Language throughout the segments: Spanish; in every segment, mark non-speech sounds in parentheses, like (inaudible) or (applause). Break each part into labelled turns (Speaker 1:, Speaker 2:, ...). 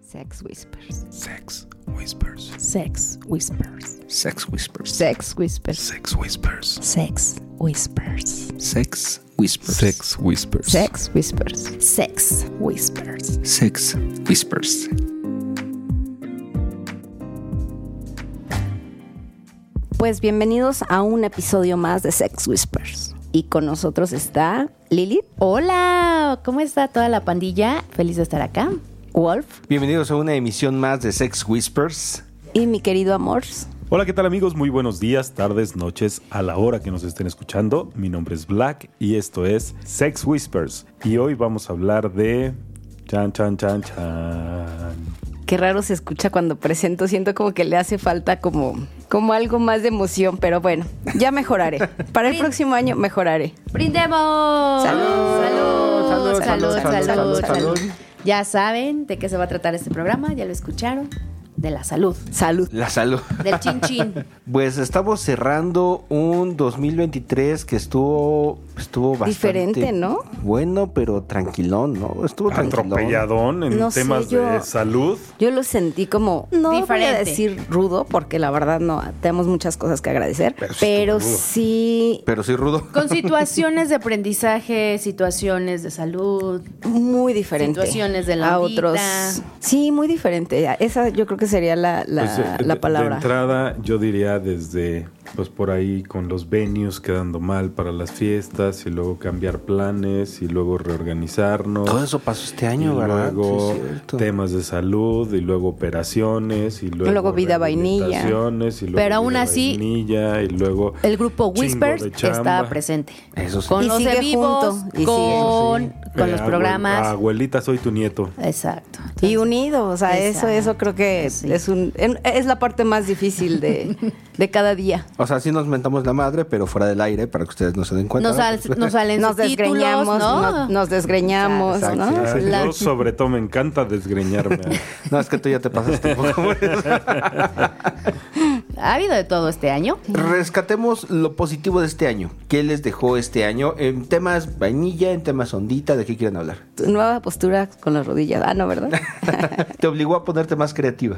Speaker 1: Sex Whispers.
Speaker 2: Sex Whispers.
Speaker 3: Sex Whispers.
Speaker 2: Sex Whispers.
Speaker 1: Sex Whispers.
Speaker 2: Sex Whispers.
Speaker 3: Sex Whispers.
Speaker 2: Sex Whispers.
Speaker 4: Sex Whispers.
Speaker 1: Sex Whispers.
Speaker 3: Sex Whispers.
Speaker 2: Sex Whispers.
Speaker 1: Pues bienvenidos a un episodio más de Sex Whispers. Y con nosotros está Lilith.
Speaker 3: Hola, ¿cómo está toda la pandilla? Feliz de estar acá. Wolf
Speaker 5: Bienvenidos a una emisión más de Sex Whispers.
Speaker 1: Y mi querido amor.
Speaker 4: Hola, ¿qué tal amigos? Muy buenos días, tardes, noches, a la hora que nos estén escuchando. Mi nombre es Black y esto es Sex Whispers. Y hoy vamos a hablar de... Chan, chan, chan, chan.
Speaker 1: Qué raro se escucha cuando presento. Siento como que le hace falta como, como algo más de emoción. Pero bueno,
Speaker 3: (laughs)
Speaker 1: ya mejoraré. Para el próximo año mejoraré.
Speaker 3: ¡Brindemos!
Speaker 5: Salud, salud, salud, salud, salud.
Speaker 3: Ya saben de qué se va a tratar este programa, ya lo escucharon. De la salud.
Speaker 1: Salud.
Speaker 5: La salud.
Speaker 3: Del chin chin.
Speaker 5: (laughs) Pues estamos cerrando un 2023 que estuvo estuvo bastante
Speaker 1: Diferente, ¿no?
Speaker 5: Bueno, pero tranquilón, ¿no? Estuvo tranquilón.
Speaker 4: Atropelladón en
Speaker 1: No sé,
Speaker 4: temas
Speaker 1: yo-
Speaker 4: de salud.
Speaker 1: Yo lo sentí como, no voy a
Speaker 3: Diferente.
Speaker 1: decir rudo, porque la verdad no, tenemos muchas cosas que agradecer. Pero,
Speaker 5: Pero sí estuvo rudo.
Speaker 1: sí,
Speaker 5: Pero sí rudo.
Speaker 3: Con situaciones de aprendizaje, situaciones de salud.
Speaker 1: muy diferente.
Speaker 3: Situaciones de la
Speaker 1: A
Speaker 3: ondita.
Speaker 1: otros. Sí, muy diferente. Esa yo creo que sería la, la-
Speaker 4: Pues, eh,
Speaker 1: la
Speaker 4: de- De
Speaker 1: palabra.
Speaker 4: entrada, yo diría desde, pues por ahí con los venues quedando mal para las fiestas y luego cambiar planes y luego reorganizarnos.
Speaker 5: Todo eso pasó este año,
Speaker 4: y
Speaker 5: ¿verdad?
Speaker 4: Luego
Speaker 5: Sí, es cierto.
Speaker 4: temas de salud y luego operaciones y luego
Speaker 1: Luego vida vainilla.
Speaker 4: rehabilitaciones, Y luego
Speaker 3: Pero aún
Speaker 4: vida
Speaker 3: así,
Speaker 4: vainilla, y luego
Speaker 3: El grupo
Speaker 4: chingo de
Speaker 3: Whispers
Speaker 4: chamba.
Speaker 3: está presente.
Speaker 5: Eso sí.
Speaker 3: Con
Speaker 1: Y
Speaker 3: los
Speaker 1: sigue
Speaker 3: en vivos,
Speaker 1: junto. Y
Speaker 3: con,
Speaker 1: sigue,
Speaker 3: con
Speaker 4: Eh,
Speaker 3: los
Speaker 4: abue-
Speaker 3: programas.
Speaker 4: Abuelita, soy tu nieto.
Speaker 3: Exacto.
Speaker 1: Y unido, o sea, eso, eso creo que
Speaker 3: Exacto, pues sí.
Speaker 1: es un en- es la parte más difícil de, de cada día.
Speaker 5: O sea, sí nos mentamos la madre, pero fuera del aire para que ustedes no se den cuenta.
Speaker 3: Nos,
Speaker 5: ¿no?
Speaker 3: sal- nos (laughs) salen
Speaker 1: pues, Nos
Speaker 3: sus títulos,
Speaker 1: desgreñamos,
Speaker 3: ¿no?
Speaker 1: nos, nos desgreñamos,
Speaker 5: Exacto,
Speaker 1: ¿no?
Speaker 4: Ah,
Speaker 1: La-
Speaker 4: Yo sobre todo me encanta desgreñarme.
Speaker 5: (laughs) No, es que tú ya te pasaste un poco por
Speaker 3: (laughs)
Speaker 5: eso.
Speaker 3: Ha habido de todo este año.
Speaker 5: Rescatemos lo positivo de este año. ¿Qué les dejó este año en temas vainilla, en temas ondita? ¿De qué
Speaker 3: (laughs)
Speaker 5: quieren hablar?
Speaker 1: tu nueva postura con las rodillas. Ah, no, ¿verdad?
Speaker 5: Te obligó a ponerte más creativa.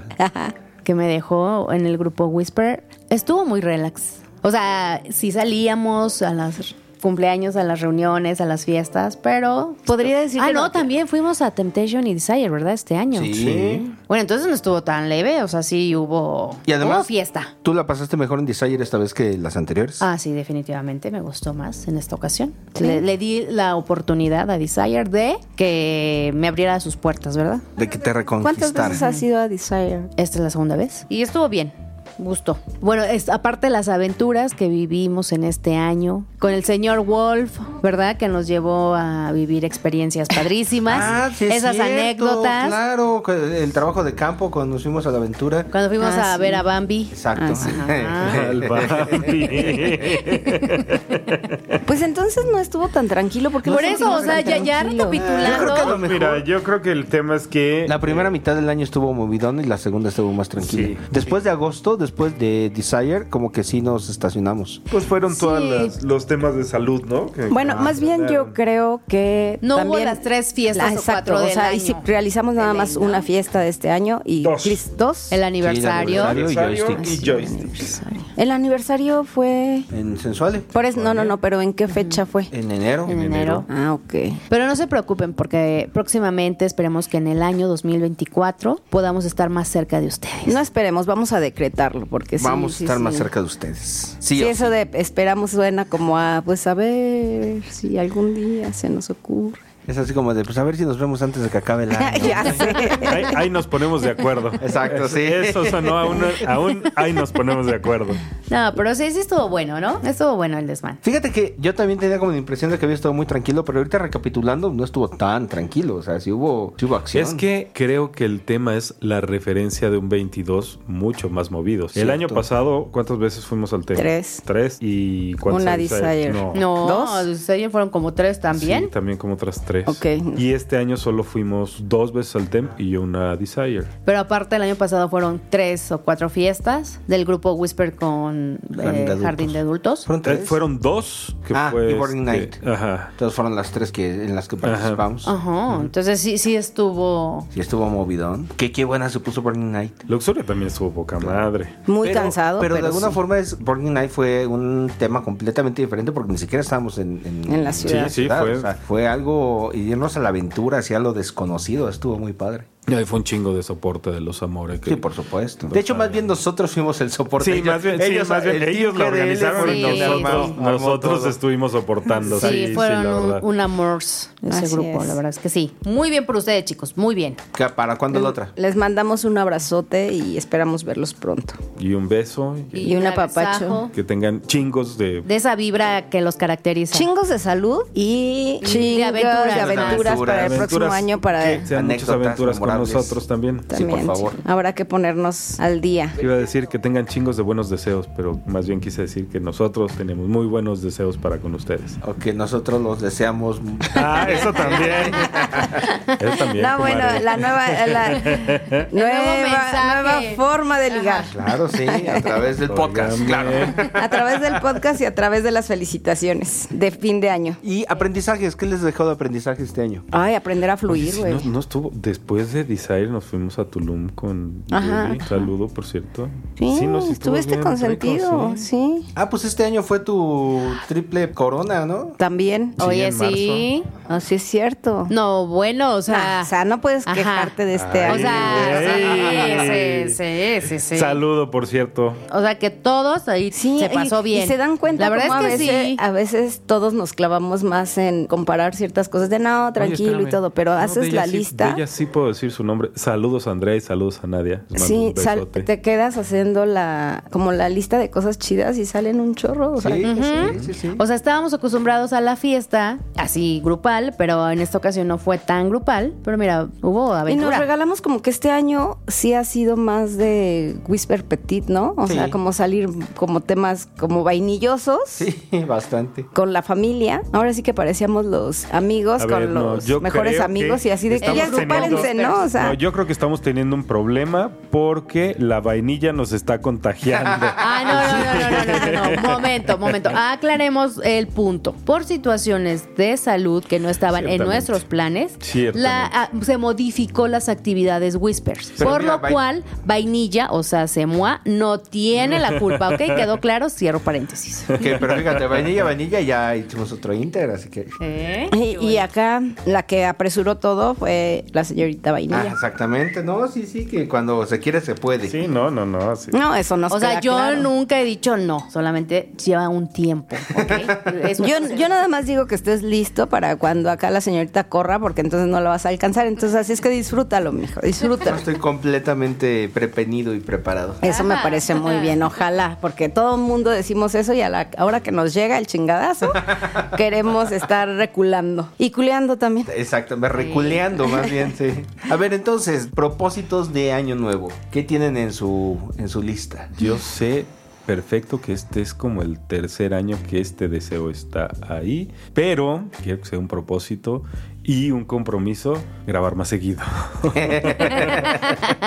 Speaker 3: que me dejó en el grupo Whisper estuvo muy relax. O sea, sí salíamos a las cumpleaños, a las reuniones, a las fiestas, pero
Speaker 1: Podría decir
Speaker 3: Ah,
Speaker 1: que
Speaker 3: no,
Speaker 1: no, que-
Speaker 3: también fuimos a Temptation y Desire, ¿verdad? Este año.
Speaker 5: Sí.
Speaker 3: Bueno, entonces no estuvo tan leve, o sea, sí hubo
Speaker 5: Y además-
Speaker 3: hubo fiesta.
Speaker 5: Tú la pasaste mejor en Desire esta vez que las anteriores.
Speaker 3: Ah, sí, definitivamente me gustó más en esta ocasión. Le, le di la oportunidad a Desire de que me abriera sus puertas, ¿verdad?
Speaker 5: De que te
Speaker 1: ¿Cuántas veces
Speaker 5: reconquistaran.
Speaker 1: has ido a Desire?
Speaker 3: Esta es la segunda vez. Y estuvo bien. Gustó. Bueno, es, aparte de las aventuras que vivimos en este año con el señor Wolf, ¿verdad? Que nos llevó a vivir experiencias padrísimas.
Speaker 5: (laughs) Ah, sí es
Speaker 3: Esas
Speaker 5: cierto,
Speaker 3: anécdotas.
Speaker 5: Claro, que el trabajo de campo cuando nos fuimos a la aventura.
Speaker 3: Cuando fuimos
Speaker 1: Ah,
Speaker 3: a
Speaker 1: sí.
Speaker 3: ver a Bambi. Ah,
Speaker 5: Exacto. (laughs)
Speaker 3: Ajá.
Speaker 4: Al (laughs) Bambi.
Speaker 1: Pues entonces no estuvo tan tranquilo porque
Speaker 3: Por
Speaker 1: lo
Speaker 3: eso,
Speaker 1: sentimos
Speaker 3: o sea,
Speaker 1: tan
Speaker 3: ya, ya
Speaker 1: tranquilo.
Speaker 5: Yo creo que a
Speaker 3: recapitulando.
Speaker 5: lo mejor
Speaker 4: Mira, yo creo que el tema es que
Speaker 5: La primera mitad del año estuvo movidón y la segunda estuvo más tranquila.
Speaker 4: Sí.
Speaker 5: después de agosto, después de Desire, como que sí nos estacionamos.
Speaker 4: pues fueron
Speaker 1: Sí.
Speaker 4: todos los temas de salud, ¿no? Que-
Speaker 1: Bueno,
Speaker 5: Ah,
Speaker 4: que
Speaker 1: más bien yo
Speaker 4: hablaron.
Speaker 1: creo que
Speaker 3: No hubo
Speaker 1: también-
Speaker 3: las tres fiestas o cuatro
Speaker 1: o
Speaker 3: del
Speaker 1: sea, y
Speaker 3: año.
Speaker 1: si realizamos nada
Speaker 3: De ley,
Speaker 1: más
Speaker 3: ¿no?
Speaker 1: una fiesta de este año y
Speaker 4: Dos.
Speaker 1: Chris, dos.
Speaker 3: El aniversario.
Speaker 5: aniversario.
Speaker 4: Aniversario
Speaker 5: joysticks.
Speaker 4: y joysticks.
Speaker 1: El aniversario fue
Speaker 5: En Sensuale.
Speaker 1: por eso, no, no, no, pero ¿en qué fecha fue?
Speaker 5: En enero.
Speaker 3: En enero.
Speaker 1: Ah, ok.
Speaker 3: Pero no se preocupen porque próximamente esperemos que en el año 2024 podamos estar más cerca de ustedes.
Speaker 1: No esperemos, vamos a decretarlo porque sí,
Speaker 5: Vamos
Speaker 1: sí,
Speaker 5: a estar
Speaker 1: sí.
Speaker 5: más cerca de ustedes.
Speaker 1: Sí,
Speaker 5: Sí, o
Speaker 1: eso de esperamos suena como a, pues a ver si algún día se nos ocurre.
Speaker 5: sí. Es así como de, pues a ver si nos vemos antes de que
Speaker 1: (laughs)
Speaker 5: acabe el año.
Speaker 1: ya sé.
Speaker 4: Ahí, ahí nos ponemos de acuerdo.
Speaker 5: Exacto, sí.
Speaker 4: Eso sonó aún, aún ahí nos ponemos de acuerdo.
Speaker 3: No, pero sí, sí estuvo bueno, ¿no? Estuvo bueno el desmán.
Speaker 5: Fíjate que yo también tenía como la impresión de que había estado muy tranquilo, pero ahorita recapitulando, no estuvo tan tranquilo. O sea, sí hubo, sí hubo acción.
Speaker 4: Es que creo que el tema es la referencia de un 22 mucho más movido. El
Speaker 5: Cierto.
Speaker 4: año pasado, ¿cuántas veces fuimos al tema?
Speaker 1: Tres.
Speaker 4: Tres y ¿cuántas
Speaker 1: Una
Speaker 4: veces
Speaker 1: Desire.
Speaker 4: No.
Speaker 3: No,
Speaker 1: ¿Dos?
Speaker 3: ustedes fueron como tres
Speaker 4: Sí,
Speaker 3: también.
Speaker 4: también como otras tres.
Speaker 1: Ok.
Speaker 4: Y este año solo fuimos dos veces al TEMP y una a Desire.
Speaker 3: Pero aparte el año pasado fueron tres o cuatro fiestas del grupo Whisper con eh,
Speaker 5: Jardín de Adultos.
Speaker 3: Jardín de Adultos.
Speaker 5: Fueron
Speaker 4: Eh,
Speaker 5: tres.
Speaker 4: fueron dos que
Speaker 5: Ah,
Speaker 4: fue,
Speaker 5: y Burning
Speaker 4: este,
Speaker 5: Night.
Speaker 4: Ajá.
Speaker 5: Entonces fueron las tres que, en las que participamos.
Speaker 1: Ah.
Speaker 3: Ajá, entonces sí, sí estuvo.
Speaker 5: Sí, estuvo movidón. Qué, qué buena se puso Burning Night.
Speaker 4: Luxuria también estuvo poca madre.
Speaker 1: Muy
Speaker 5: Pero-
Speaker 1: cansado.
Speaker 5: Pero, de alguna
Speaker 1: sí.
Speaker 5: forma es, Burning Night fue un tema completamente diferente porque ni siquiera estábamos en,
Speaker 1: En la ciudad.
Speaker 4: Sí, sí, fue.
Speaker 5: o sea, fue algo, y irnos a la aventura hacia lo desconocido, estuvo muy padre.
Speaker 4: Y ahí fue un chingo de soporte de los amores. Que,
Speaker 5: Sí, por supuesto. De hecho, más bien nosotros fuimos el soporte.
Speaker 4: Ah, Sí,
Speaker 5: Ellos-
Speaker 4: más bien, sí, más bien,
Speaker 5: el team
Speaker 4: ellos lo
Speaker 5: GDL
Speaker 4: organizaron y
Speaker 5: fue el que
Speaker 3: sí.
Speaker 4: nosotros,
Speaker 5: armó- armó
Speaker 4: nosotros este,
Speaker 5: todo.
Speaker 4: estuvimos soportando.
Speaker 3: Sí, fueron
Speaker 4: la
Speaker 3: un,
Speaker 4: verdad.
Speaker 3: un amors ese
Speaker 1: Así
Speaker 3: grupo,
Speaker 1: es.
Speaker 3: la verdad es que sí. Muy bien por ustedes, chicos, muy bien.
Speaker 5: ¿Qué- ¿Para cuándo la otra?
Speaker 1: Les mandamos un abrazote y esperamos verlos pronto.
Speaker 4: Y un beso. y
Speaker 1: Y un apapacho.
Speaker 3: agasajo
Speaker 4: que tengan chingos de
Speaker 3: De esa vibra que los caracteriza.
Speaker 1: Chingos de salud y chingos de
Speaker 3: aventuras.
Speaker 1: aventuras, para el
Speaker 4: aventuras,
Speaker 1: próximo año para
Speaker 4: que sean muchas
Speaker 5: Anécdotas
Speaker 4: aventuras con
Speaker 5: memorables.
Speaker 4: nosotros también.
Speaker 5: Sí, por
Speaker 1: también.
Speaker 5: favor.
Speaker 1: Habrá que ponernos al día.
Speaker 4: Iba a decir que tengan chingos de buenos deseos, pero más bien quise decir que nosotros tenemos muy buenos deseos para con ustedes.
Speaker 5: O que nosotros los deseamos.
Speaker 4: Ah, eso también. Eso también.
Speaker 1: No, bueno,
Speaker 4: comadre.
Speaker 1: la nueva,
Speaker 4: (laughs)
Speaker 1: la nueva,
Speaker 3: mensaje.
Speaker 1: nueva forma de ligar.
Speaker 5: (laughs) Claro, sí, a través del podcast,
Speaker 4: Óigame.
Speaker 5: claro.
Speaker 1: A través del podcast y a través de las felicitaciones de fin de año.
Speaker 5: Y aprendizajes, ¿qué les dejó de aprendizaje este año?
Speaker 1: Ay, aprender a
Speaker 4: Oye,
Speaker 1: fluir,
Speaker 4: sí,
Speaker 1: güey.
Speaker 4: no, no estuvo. Después de Desire nos fuimos a Tulum con
Speaker 1: Ajá.
Speaker 4: Yuri. Saludo, por cierto.
Speaker 1: Sí,
Speaker 4: nos estuvo
Speaker 1: estuviste
Speaker 4: bien
Speaker 1: consentido,
Speaker 4: rico, sí.
Speaker 1: sí.
Speaker 5: Ah, pues este año fue tu triple corona, ¿no?
Speaker 1: También.
Speaker 4: Sí,
Speaker 3: Oye,
Speaker 4: en marzo.
Speaker 3: sí.
Speaker 1: Así es cierto.
Speaker 3: No, bueno, o sea.
Speaker 1: Ah, o sea, no puedes
Speaker 3: Ah. Ajá.
Speaker 1: quejarte de este
Speaker 4: Ay,
Speaker 3: O
Speaker 1: año.
Speaker 3: sea,
Speaker 4: Ey.
Speaker 3: sí, sí, sí, sí, sí.
Speaker 4: Saludo, por cierto.
Speaker 3: O sea, que todos ahí
Speaker 1: Sí,
Speaker 3: se pasó
Speaker 1: y-
Speaker 3: bien.
Speaker 1: Y se dan cuenta
Speaker 3: La verdad
Speaker 1: cómo
Speaker 3: es que
Speaker 1: a, veces,
Speaker 3: sí.
Speaker 1: a veces todos nos clavamos más en comparar ciertas cosas de no, tranquilo y todo, pero haces la lista.
Speaker 4: Ella sí puedo decir su nombre. Saludos a Andrea y saludos a Nadia. Les mando
Speaker 1: Sí,
Speaker 4: un
Speaker 1: sal-
Speaker 4: besote.
Speaker 1: te quedas haciendo la como la lista de cosas chidas y salen un chorro. O sea,
Speaker 5: Sí, sí, sí, sí.
Speaker 3: O sea, estábamos acostumbrados a la fiesta así grupal, pero en esta ocasión no fue tan grupal. Pero mira, hubo
Speaker 1: y nos
Speaker 3: aventura.
Speaker 1: regalamos como que este año sí ha sido más de Whisper Petit, ¿no? O
Speaker 5: Sí.
Speaker 1: sea, como salir como temas como vainillosos.
Speaker 5: Sí, (laughs) bastante.
Speaker 1: Con la familia, ahora sí que parecíamos los amigos
Speaker 4: A
Speaker 1: con
Speaker 4: ver, no,
Speaker 1: los
Speaker 4: yo
Speaker 1: mejores
Speaker 4: creo
Speaker 1: amigos
Speaker 4: que
Speaker 1: y así de que
Speaker 4: estamos
Speaker 1: ya
Speaker 4: teniendo-
Speaker 1: grupárense, ¿no? O sea,
Speaker 4: No, yo creo que estamos teniendo un problema porque la vainilla nos está
Speaker 1: (laughs)
Speaker 4: contagiando.
Speaker 3: Ah, no, no, no, no, no, no, no. Momento, momento. Aclaremos el punto. Por situaciones de salud que no estaban en
Speaker 4: Ciertamente.
Speaker 3: nuestros planes,
Speaker 4: Ciertamente.
Speaker 3: la- ah, se modificó las actividades Whispers.
Speaker 5: Pero
Speaker 3: por
Speaker 5: mira,
Speaker 3: lo
Speaker 5: vai-
Speaker 3: cual, Vainilla, o sea, Semua, no tiene la culpa, ¿ok? Quedó claro, cierro
Speaker 1: (laughs)
Speaker 3: paréntesis.
Speaker 5: (laughs) Que, pero fíjate, vainilla, vainilla, ya hicimos otro Inter, así que.
Speaker 3: ¿Eh?
Speaker 1: Y, y acá la que apresuró todo fue la señorita
Speaker 5: Ah,
Speaker 1: Vainilla.
Speaker 5: exactamente, no, sí, sí, que cuando se quiere se puede.
Speaker 4: Sí, no, no, no. sí.
Speaker 1: No, eso no
Speaker 3: O sea, yo nunca he dicho no, solamente lleva un tiempo, ¿ok? Es un
Speaker 1: Yo,
Speaker 3: proceso.
Speaker 1: yo nada más digo que estés listo para cuando acá la señorita corra, porque entonces no la vas a alcanzar. Entonces, así es que disfrútalo, mijo,
Speaker 3: (laughs)
Speaker 5: No
Speaker 1: disfrútalo.
Speaker 5: estoy completamente prevenido y preparado.
Speaker 1: Eso me parece muy bien, ojalá, porque todo el mundo decimos eso y a la hora que nos llega el chingadazo, queremos estar reculando. Y culeando también.
Speaker 3: (laughs)
Speaker 5: Exacto, me reculeando más bien,
Speaker 1: (laughs)
Speaker 5: sí. A ver, entonces, propósitos de año nuevo. ¿Qué tienen en su en su lista?
Speaker 4: Yo sé perfecto que este es como el tercer año que este deseo está ahí, pero quiero que sea un propósito y un compromiso grabar más seguido. (laughs)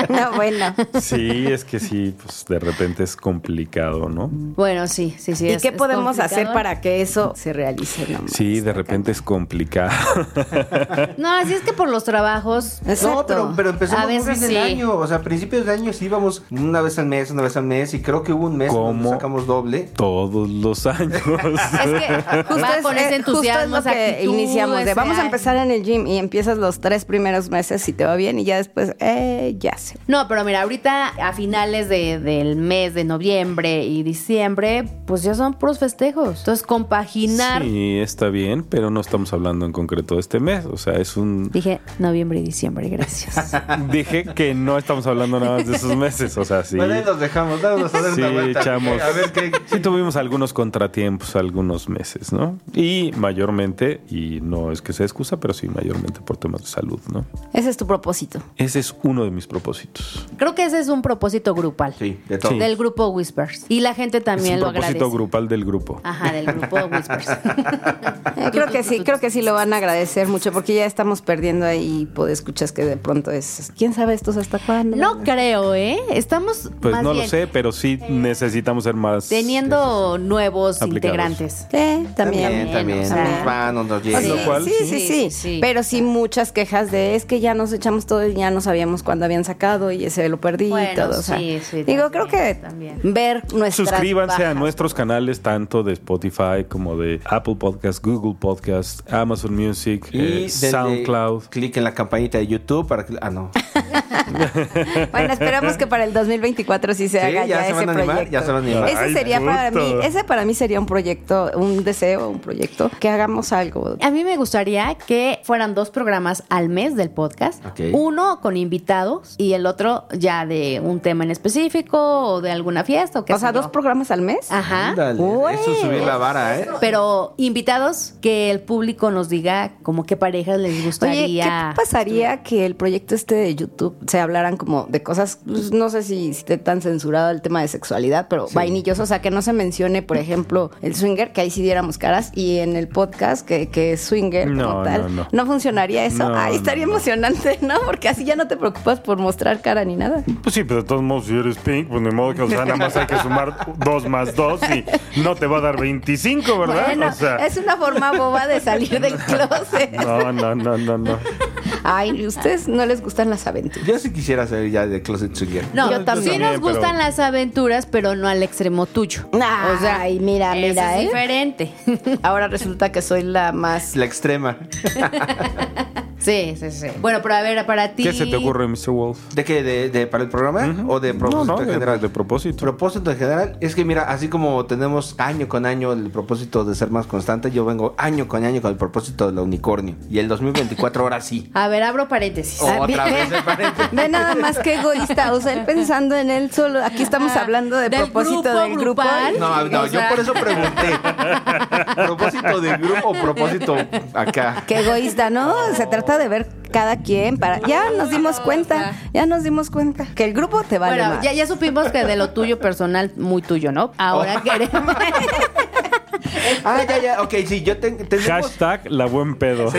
Speaker 1: No, Ah, bueno.
Speaker 4: Sí, es que sí, pues de repente es complicado, ¿no?
Speaker 3: Bueno, sí, sí, sí.
Speaker 1: ¿Y
Speaker 3: es-
Speaker 1: qué
Speaker 3: es
Speaker 1: podemos hacer
Speaker 3: complicado.
Speaker 1: para que eso se realice? No más?
Speaker 4: Sí, de repente es complicado. (laughs)
Speaker 3: No, así es que por los trabajos.
Speaker 1: Exacto.
Speaker 5: No, pero, pero empezamos
Speaker 3: A
Speaker 5: muy
Speaker 3: veces
Speaker 5: bien
Speaker 3: sí.
Speaker 5: el año. O sea, a principios de año sí íbamos una vez al mes, una vez al mes, y creo que hubo un mes donde
Speaker 4: ¿Cómo?
Speaker 5: sacamos doble.
Speaker 4: Todos los años.
Speaker 3: Es que
Speaker 1: Justo
Speaker 3: va
Speaker 1: es,
Speaker 3: con ese
Speaker 1: eh, justo es
Speaker 3: entusiasmo,
Speaker 1: lo
Speaker 3: esa
Speaker 1: que
Speaker 3: actitud,
Speaker 1: iniciamos de
Speaker 3: ese-
Speaker 1: vamos a empezar en el gym y empiezas los tres primeros meses si te va bien y ya después, eh, ya sé.
Speaker 3: No, pero mira, ahorita a finales de- del mes de noviembre y diciembre, pues ya son puros festejos. Entonces, compaginar.
Speaker 4: Sí, está bien, pero no estamos hablando en concreto de este mes. O sea, es un.
Speaker 3: Dije noviembre y diciembre, gracias.
Speaker 4: Dije que no estamos hablando nada más de esos meses. O sea, sí.
Speaker 5: Bueno, ahí nos dejamos, vámonos a dar
Speaker 4: Sí,
Speaker 5: una vuelta.
Speaker 4: chamos.
Speaker 5: A ver qué.
Speaker 4: Sí tuvimos algunos contratiempos algunos meses, ¿no? Y mayormente, y no es que sea excusa, pero sí, mayormente por temas de salud, ¿no?
Speaker 1: Ese es tu propósito.
Speaker 4: Ese es uno de mis propósitos.
Speaker 3: Creo que ese es un propósito grupal.
Speaker 5: Sí, de todo.
Speaker 3: Del grupo Whispers. Y la gente también
Speaker 4: es
Speaker 3: lo Ah,
Speaker 4: un propósito
Speaker 3: agradece.
Speaker 4: grupal del grupo.
Speaker 3: Ajá, del grupo
Speaker 4: (laughs)
Speaker 3: Whispers.
Speaker 1: Eh, creo que sí, creo que sí lo van a agradecer mucho porque ya estamos perdiendo ahí pues, escuchas que de pronto es, ¿quién sabe estos hasta cuándo?
Speaker 3: No creo, ¿eh? Estamos
Speaker 4: Pues
Speaker 3: más
Speaker 4: no lo
Speaker 3: bien eh,
Speaker 4: sé, pero sí necesitamos ser más.
Speaker 3: teniendo nuevos
Speaker 4: Aplicados.
Speaker 3: integrantes.
Speaker 1: Eh, (laughs) también.
Speaker 5: También, también.
Speaker 3: o
Speaker 5: Nos
Speaker 3: sea.
Speaker 5: van, nos llegan.
Speaker 4: Sí, Lo cual,
Speaker 1: sí, sí, sí,
Speaker 3: sí.
Speaker 1: Pero sí muchas quejas de es que ya nos echamos todo y ya no sabíamos cuándo habían sacado y ese lo perdí y
Speaker 3: Bueno,
Speaker 1: todo. o sea,
Speaker 3: sí, sí,
Speaker 1: digo,
Speaker 3: también,
Speaker 1: creo que
Speaker 3: también.
Speaker 1: ver nuestras
Speaker 4: Suscríbanse a
Speaker 1: bajas.
Speaker 4: nuestros canales, tanto de Spotify como de Apple Podcast, Google Podcast, Amazon Music,
Speaker 5: Y
Speaker 4: eh,
Speaker 5: denle
Speaker 4: SoundCloud.
Speaker 5: Clic en la campanita de YouTube para que.
Speaker 1: (laughs)
Speaker 5: Ah, no.
Speaker 1: Bueno, esperamos que para el 2024 sí se
Speaker 5: Sí,
Speaker 1: haga
Speaker 5: ya
Speaker 1: ya,
Speaker 5: se
Speaker 1: ese
Speaker 5: van a animar,
Speaker 1: proyecto.
Speaker 5: ya se van a animar.
Speaker 1: Ese
Speaker 4: Ay,
Speaker 1: sería para
Speaker 4: puta.
Speaker 1: mí, ese para mí sería un proyecto, un deseo, un proyecto que hagamos algo.
Speaker 3: A mí me gustaría que fueran dos programas al mes del podcast.
Speaker 5: Ok.
Speaker 3: Uno con invitados y el otro ya de un tema en específico o de alguna fiesta o qué
Speaker 1: O
Speaker 3: sé
Speaker 1: sea,
Speaker 3: yo.
Speaker 1: dos programas al mes.
Speaker 3: Ajá.
Speaker 5: Ándale,
Speaker 1: Uy.
Speaker 5: Eso subir la vara, ¿eh?
Speaker 3: Pero invitados que el público nos diga como qué parejas les gustaría.
Speaker 1: Oye, ¿qué pasaría que el proyecto este de YouTube se hablaran como de cosas, pues, no sé si esté tan censurado el tema de sexualidad, pero vainillos, o sea, que no se
Speaker 4: (laughs)
Speaker 1: mencione, por ejemplo, el swinger, que ahí sí diéramos caras, y en el podcast, que, que es swinger
Speaker 4: No,
Speaker 1: como tal,
Speaker 4: no,
Speaker 1: no,
Speaker 4: no.
Speaker 1: funcionaría eso?
Speaker 4: No,
Speaker 1: Ay, estaría
Speaker 4: no, no.
Speaker 1: emocionante, (laughs) ¿no? Porque así ya no te preocupas por mostrar cara ni nada.
Speaker 4: Pues sí, pero de todos modos, si eres pink, pues de modo que, o sea, nada más hay que sumar dos más dos y no te va a dar 25, ¿verdad?
Speaker 1: Bueno,
Speaker 4: o sea,
Speaker 1: es una forma boba de
Speaker 4: (laughs)
Speaker 1: salir del closet.
Speaker 4: no, no, no, no, no.
Speaker 1: Ay, ¿ustedes no les gustan las aventuras?
Speaker 5: Yo sí quisiera ser ya de Closet Swinger.
Speaker 3: No,
Speaker 1: Yo también.
Speaker 3: sí nos
Speaker 4: También, pero-
Speaker 3: gustan las aventuras, pero no al extremo tuyo.
Speaker 1: Ay, mira,
Speaker 3: Eso
Speaker 1: mira,
Speaker 3: es
Speaker 1: ¿eh?
Speaker 3: diferente.
Speaker 1: Ahora resulta que soy la más
Speaker 5: La extrema.
Speaker 3: (laughs) sí, sí, sí. Bueno, pero a ver, para ti.
Speaker 4: ¿Qué se te ocurre, Mr. Wolf?
Speaker 5: ¿De qué? ¿De, de- para el programa? ¿O de propósito
Speaker 4: no, no,
Speaker 5: en
Speaker 4: de-
Speaker 5: general?
Speaker 4: de propósito.
Speaker 5: Propósito en general es que, mira, así como tenemos año con año el propósito de ser más constante, yo vengo año con año con el propósito de la unicornio. Y el 2024 ahora sí.
Speaker 3: A ver, abro paréntesis.
Speaker 5: Oh,
Speaker 3: (laughs)
Speaker 5: Otra
Speaker 1: ve-
Speaker 5: vez el paréntesis.
Speaker 1: Ve nada más que egoísta, o sea, él pensando en él solo. Aquí estamos
Speaker 3: Ajá.
Speaker 1: hablando de
Speaker 3: Del
Speaker 1: propósito
Speaker 3: grupo
Speaker 1: del grupo.
Speaker 3: grupal.
Speaker 5: No, no,
Speaker 3: O
Speaker 5: yo
Speaker 3: sea-
Speaker 5: por eso pregunté. propósito de grupo o propósito acá.
Speaker 1: Qué egoísta, ¿no? Se trata de ver cada quien para. Ya nos dimos cuenta, ya nos dimos cuenta que el grupo te vale
Speaker 3: Ah, bueno,
Speaker 1: más.
Speaker 3: ya, ya supimos que de lo tuyo personal, muy tuyo, ¿no? Ahora
Speaker 5: Oh.
Speaker 3: queremos.
Speaker 5: Ah, ya, ya, ok, sí, yo ten- tenemos,
Speaker 4: Hashtag la buen pedo.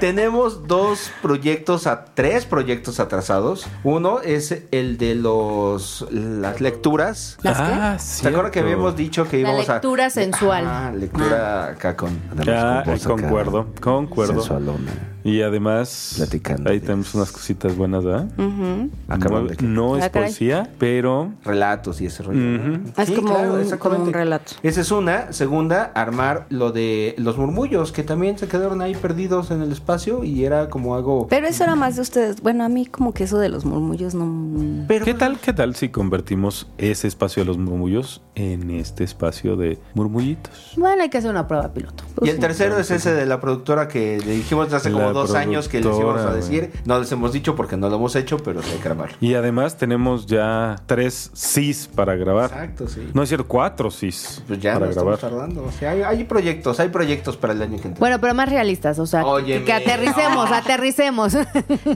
Speaker 5: tenemos dos proyectos, a, tres proyectos atrasados. Uno es el de los las lecturas.
Speaker 4: Ah,
Speaker 5: ¿Te acuerdas que habíamos dicho que
Speaker 3: La
Speaker 5: íbamos a...
Speaker 3: lectura sensual.
Speaker 5: Ah, lectura acá con...
Speaker 4: Ya,
Speaker 5: además con voz acá, eh.
Speaker 4: concuerdo, concuerdo.
Speaker 5: Sensualona.
Speaker 4: Y además,
Speaker 5: Platicando
Speaker 4: ahí
Speaker 5: de
Speaker 4: tenemos
Speaker 5: eso.
Speaker 4: unas cositas buenas, ¿verdad?
Speaker 1: Ujú.
Speaker 5: Acaban
Speaker 4: No-
Speaker 5: de que-
Speaker 4: no es
Speaker 1: Ah, caray.
Speaker 4: poesía, pero
Speaker 5: relatos y ese rollo. ¿no?
Speaker 4: Ujú.
Speaker 1: Es como un-
Speaker 5: exactamente.
Speaker 1: como un relato.
Speaker 5: Esa es una. Segunda, armar lo de los murmullos, que también se quedaron ahí perdidos en el espacio y era como algo...
Speaker 1: Pero eso era más de ustedes. Bueno, a mí como que eso de los murmullos no.
Speaker 4: ¿Qué tal, qué tal si convertimos ese espacio de los murmullos en este espacio de murmullitos?
Speaker 3: (laughs) bueno, hay que hacer una prueba piloto.
Speaker 4: Pues
Speaker 5: Y el tercero es ese de la productora que le dijimos hace como
Speaker 4: La
Speaker 5: dos años que les íbamos a
Speaker 4: productora,
Speaker 5: decir. No les hemos dicho porque no lo hemos hecho, pero hay que grabarlo.
Speaker 4: Y además tenemos ya tres sís para grabar.
Speaker 5: Exacto, sí.
Speaker 4: No es cierto, cuatro sís
Speaker 5: Pues ya
Speaker 4: para
Speaker 5: no
Speaker 4: grabar.
Speaker 5: estamos tardando. O sea, hay, hay proyectos, hay proyectos para el año que entra.
Speaker 3: Bueno, pero más realistas, o sea, que-
Speaker 5: Óyeme.
Speaker 3: que aterricemos,
Speaker 5: No.
Speaker 3: aterricemos. (laughs)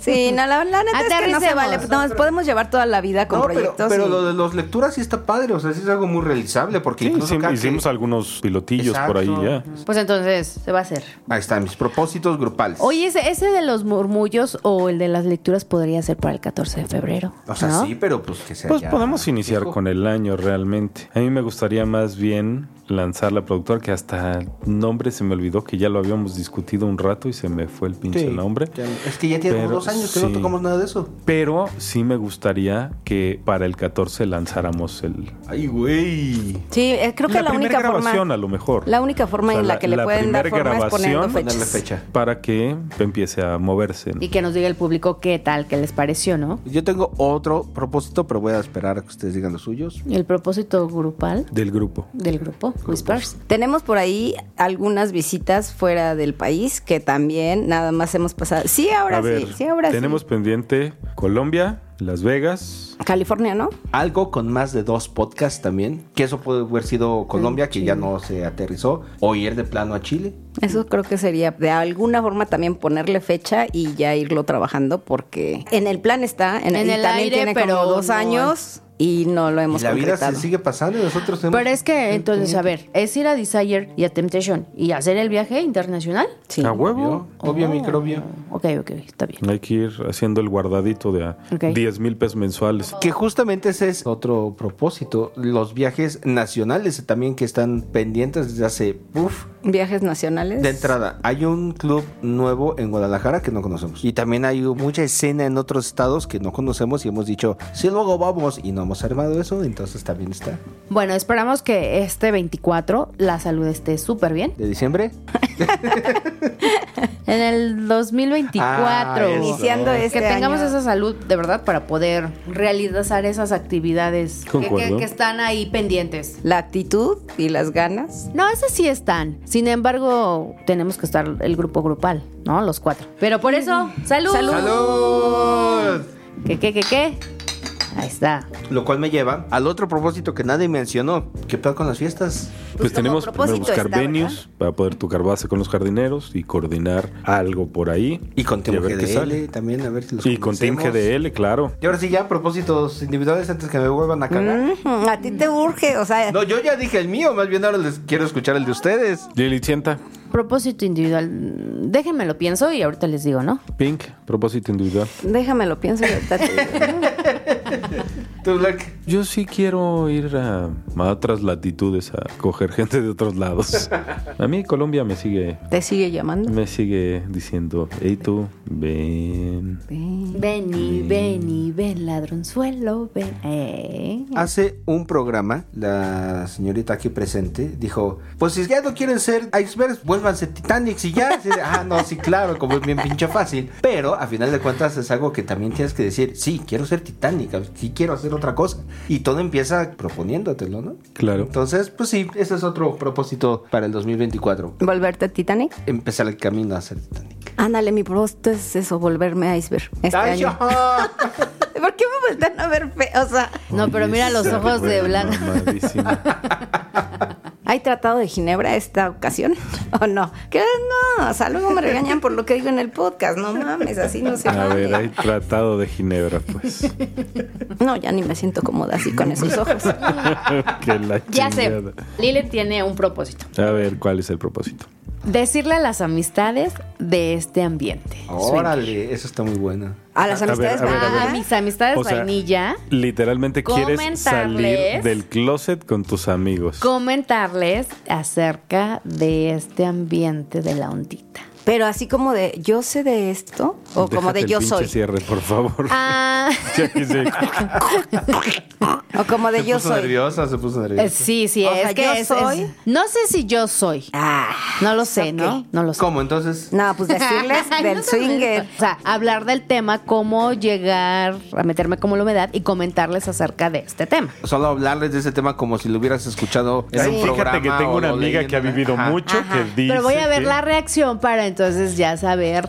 Speaker 1: Sí, no, la, la neta es que no se
Speaker 3: Aterricemos.
Speaker 1: vale. No, podemos llevar toda la vida con
Speaker 5: No, pero,
Speaker 1: proyectos.
Speaker 5: pero
Speaker 1: y-
Speaker 5: lo de las lecturas sí está padre, o sea, sí es algo muy realizable porque
Speaker 4: Sí,
Speaker 5: incluso
Speaker 4: hicim-
Speaker 5: cada que-
Speaker 4: hicimos algunos pilotillos por ahí ya.
Speaker 5: Exacto.
Speaker 3: pues entonces, se va a hacer.
Speaker 5: Ahí están mis propósitos grupales.
Speaker 3: Oye, ese, ese de los murmullos o el de las lecturas podría ser para el 14 de febrero.
Speaker 5: O sea,
Speaker 3: ¿no?
Speaker 5: sí, pero pues que sea.
Speaker 4: Pues
Speaker 5: ya
Speaker 4: podemos iniciar
Speaker 5: fijo.
Speaker 4: con el año realmente. A mí me gustaría más bien lanzar la productora, que hasta nombre se me olvidó, que ya lo habíamos discutido un rato y se me fue el pinche
Speaker 5: Sí,
Speaker 4: nombre.
Speaker 5: ya- es que ya tiene como
Speaker 4: Pero
Speaker 5: dos años que no
Speaker 4: sí.
Speaker 5: tocamos nada de eso.
Speaker 4: Pero sí me gustaría que para el 14 lanzáramos el...
Speaker 5: Ay, güey.
Speaker 1: Sí, eh, creo que la,
Speaker 4: primera
Speaker 1: única
Speaker 4: grabación
Speaker 1: forma.
Speaker 4: a lo mejor.
Speaker 1: La única forma
Speaker 4: O sea,
Speaker 1: en la, que le pueden dar
Speaker 4: primer
Speaker 1: forma es poniendo
Speaker 4: grabación,
Speaker 5: Ponerle
Speaker 1: fechas.
Speaker 5: fecha.
Speaker 4: Para que empiece a moverse.
Speaker 3: Y que nos diga el público qué tal, qué les pareció, ¿no?
Speaker 5: Yo tengo otro propósito, pero voy a esperar a que ustedes digan los suyos.
Speaker 3: El propósito grupal
Speaker 4: Del grupo.
Speaker 3: del grupo Whispers.
Speaker 1: Tenemos por ahí algunas visitas fuera del país que también nada más hemos pasado. Sí, ahora
Speaker 4: a ver,
Speaker 1: sí, sí, ahora
Speaker 4: tenemos
Speaker 1: sí.
Speaker 4: pendiente Colombia, Las Vegas.
Speaker 1: California, ¿no?
Speaker 5: Algo con más de dos podcasts también. Que eso puede haber sido Colombia, que ya no se aterrizó. O ir de plano a Chile.
Speaker 1: Eso creo que sería de alguna forma también ponerle fecha y ya irlo trabajando porque en el plan está, en,
Speaker 3: En
Speaker 1: y
Speaker 3: el
Speaker 1: también
Speaker 3: aire,
Speaker 1: tiene
Speaker 3: pero
Speaker 1: como dos
Speaker 3: no
Speaker 1: años y no lo
Speaker 5: Y
Speaker 1: hemos
Speaker 5: la vida se
Speaker 1: concretado.
Speaker 5: sigue pasando y nosotros tenemos...
Speaker 3: Pero es que, entonces, a ver, es ir a Desire y a Temptation y hacer el viaje internacional. Oh.
Speaker 1: Sí.
Speaker 4: A huevo.
Speaker 5: Obvio, Ah, obvio, microbio.
Speaker 3: Ok, ok, está bien.
Speaker 4: Hay que ir haciendo el guardadito de a
Speaker 3: Ok.
Speaker 4: 10 mil pesos mensuales.
Speaker 5: Que justamente ese es otro propósito. Los viajes nacionales también que están pendientes desde hace... Uf,
Speaker 1: Viajes nacionales.
Speaker 5: De entrada, hay un club nuevo en Guadalajara que no conocemos. Y también hay mucha escena en otros estados que no conocemos y hemos dicho, sí, luego vamos. Y no hemos armado eso, entonces también está.
Speaker 3: Bueno, esperamos que este 24 la salud esté súper bien.
Speaker 5: ¿De diciembre?
Speaker 3: En el 2024.
Speaker 5: Ah, eso.
Speaker 1: Iniciando este
Speaker 3: Que tengamos
Speaker 1: año.
Speaker 3: esa salud de verdad para poder realizar esas actividades que- que,
Speaker 4: Concuerdo.
Speaker 3: que están ahí pendientes.
Speaker 1: La actitud y las ganas.
Speaker 3: No, esas sí están. Sin embargo, tenemos que estar el grupo grupal, ¿no? Los cuatro. Pero por eso, salud.
Speaker 1: Salud.
Speaker 5: ¡Salud!
Speaker 3: ¿Qué, qué, qué, qué? Ahí está.
Speaker 5: Lo cual me lleva al otro propósito que nadie mencionó. ¿Qué pasa con las fiestas?
Speaker 4: Pues,
Speaker 1: como
Speaker 4: tenemos primero
Speaker 1: propósito
Speaker 4: buscar
Speaker 1: está, ¿verdad?
Speaker 4: venues para poder tocar base con los jardineros y coordinar algo por ahí.
Speaker 5: Y con Team
Speaker 4: a ver qué sale.
Speaker 5: GDL también, a ver si los
Speaker 4: Y con Team
Speaker 5: convencemos.
Speaker 4: GDL, claro.
Speaker 5: Y ahora sí, ya propósitos individuales antes que me vuelvan a cagar.
Speaker 1: Ujú, A ti te urge, o sea,
Speaker 5: No, yo ya dije el mío, más bien ahora les quiero escuchar el de ustedes.
Speaker 4: Lili Tienta,
Speaker 3: Propósito individual. Déjenme lo pienso y ahorita les digo, ¿no?
Speaker 4: Pink, propósito individual.
Speaker 1: déjame lo pienso y ahorita te
Speaker 5: (laughs)
Speaker 1: digo.
Speaker 5: Tú, Black.
Speaker 4: Yo sí quiero ir a, a otras latitudes a coger gente de otros lados. A mí Colombia me sigue
Speaker 1: te sigue llamando.
Speaker 4: me sigue diciendo, hey tú, ven.
Speaker 3: Ven y ven y ven, ladronzuelo, ven. Eh.
Speaker 5: Hace un programa, la señorita aquí presente dijo: Pues si ya no quieren ser icebergs, vuélvanse Titanics y ya. Así de, ah, no, sí, claro, como es bien pinche fácil. Pero a final de cuentas es algo que también tienes que decir: Sí, quiero ser Titanic, sí quiero hacer otra cosa. Y todo empieza proponiéndotelo, ¿no?
Speaker 4: Claro.
Speaker 5: Entonces, pues sí, ese es otro propósito para el 2024.
Speaker 1: ¿Volverte Titanic?
Speaker 5: Empezar el camino a ser Titanic.
Speaker 1: Ándale, mi propósito es eso, volverme iceberg. Este
Speaker 5: ¡Ay,
Speaker 1: año.
Speaker 5: ya!
Speaker 1: ¿Por qué me voltean a ver fe? O sea,
Speaker 3: No, pero
Speaker 4: Oye,
Speaker 3: mira los
Speaker 4: esa
Speaker 3: ojos de
Speaker 4: güey,
Speaker 3: Blanca.
Speaker 4: mamadísima.
Speaker 1: ¿Hay tratado de Ginebra esta ocasión? (laughs) ¿O no? Que no, o sea, luego me regañan por lo que digo en el podcast. No mames, así no se
Speaker 4: A
Speaker 1: vale.
Speaker 4: ver, hay tratado de Ginebra,
Speaker 3: (laughs)
Speaker 4: pues. (laughs)
Speaker 1: No, ya ni me siento cómoda así con esos ojos.
Speaker 4: que la
Speaker 3: (laughs) Ya sé.
Speaker 4: chingada.
Speaker 3: Lile tiene un propósito.
Speaker 4: A ver, ¿cuál es el propósito?
Speaker 3: Decirle a las amistades de este ambiente.
Speaker 5: (laughs) Órale, eso está muy bueno.
Speaker 1: A las
Speaker 4: A ver,
Speaker 1: amistades
Speaker 4: a ver, a ver.
Speaker 1: ¿verdad?
Speaker 3: Ah, mis amistades
Speaker 4: O sea,
Speaker 3: vainilla.
Speaker 4: Literalmente quieres salir
Speaker 3: Comentarles.
Speaker 4: del closet con tus amigos.
Speaker 3: Comentarles acerca de este ambiente de la
Speaker 4: (laughs)
Speaker 3: ondita.
Speaker 1: Pero así como de yo sé de esto o
Speaker 4: Déjate
Speaker 1: como de
Speaker 4: el
Speaker 1: yo
Speaker 4: pinche
Speaker 1: soy.
Speaker 4: cierre, por favor.
Speaker 3: Ah,
Speaker 4: (laughs) Ya que
Speaker 3: (laughs)
Speaker 4: se-
Speaker 1: O como de
Speaker 5: Se
Speaker 1: yo
Speaker 5: puso
Speaker 1: soy.
Speaker 5: nerviosa, se puso nerviosa.
Speaker 3: eh, sí, sí,
Speaker 1: O
Speaker 3: es
Speaker 1: sea,
Speaker 3: que
Speaker 1: yo
Speaker 3: es- es-
Speaker 1: soy-
Speaker 3: no sé si yo soy.
Speaker 1: Ah,
Speaker 3: No lo sé,
Speaker 1: Ok.
Speaker 3: ¿no? No lo (laughs) sé.
Speaker 5: ¿Cómo entonces?
Speaker 1: no,
Speaker 4: (laughs)
Speaker 1: pues decirles
Speaker 3: Ay,
Speaker 1: del
Speaker 3: no te
Speaker 1: swinger.
Speaker 3: metas. O sea, hablar del tema, cómo llegar a meterme como la humedad y comentarles acerca de este tema.
Speaker 5: solo hablarles de ese tema como si lo hubieras escuchado en
Speaker 4: Ay,
Speaker 5: un
Speaker 4: Fíjate
Speaker 5: programa
Speaker 4: que tengo
Speaker 5: o
Speaker 4: una
Speaker 5: lo
Speaker 4: amiga
Speaker 5: leí
Speaker 4: que ha
Speaker 5: en una-
Speaker 4: vivido
Speaker 5: Ajá.
Speaker 4: mucho que dice.
Speaker 3: Pero voy a ver
Speaker 4: que-
Speaker 3: la reacción para entonces ya saber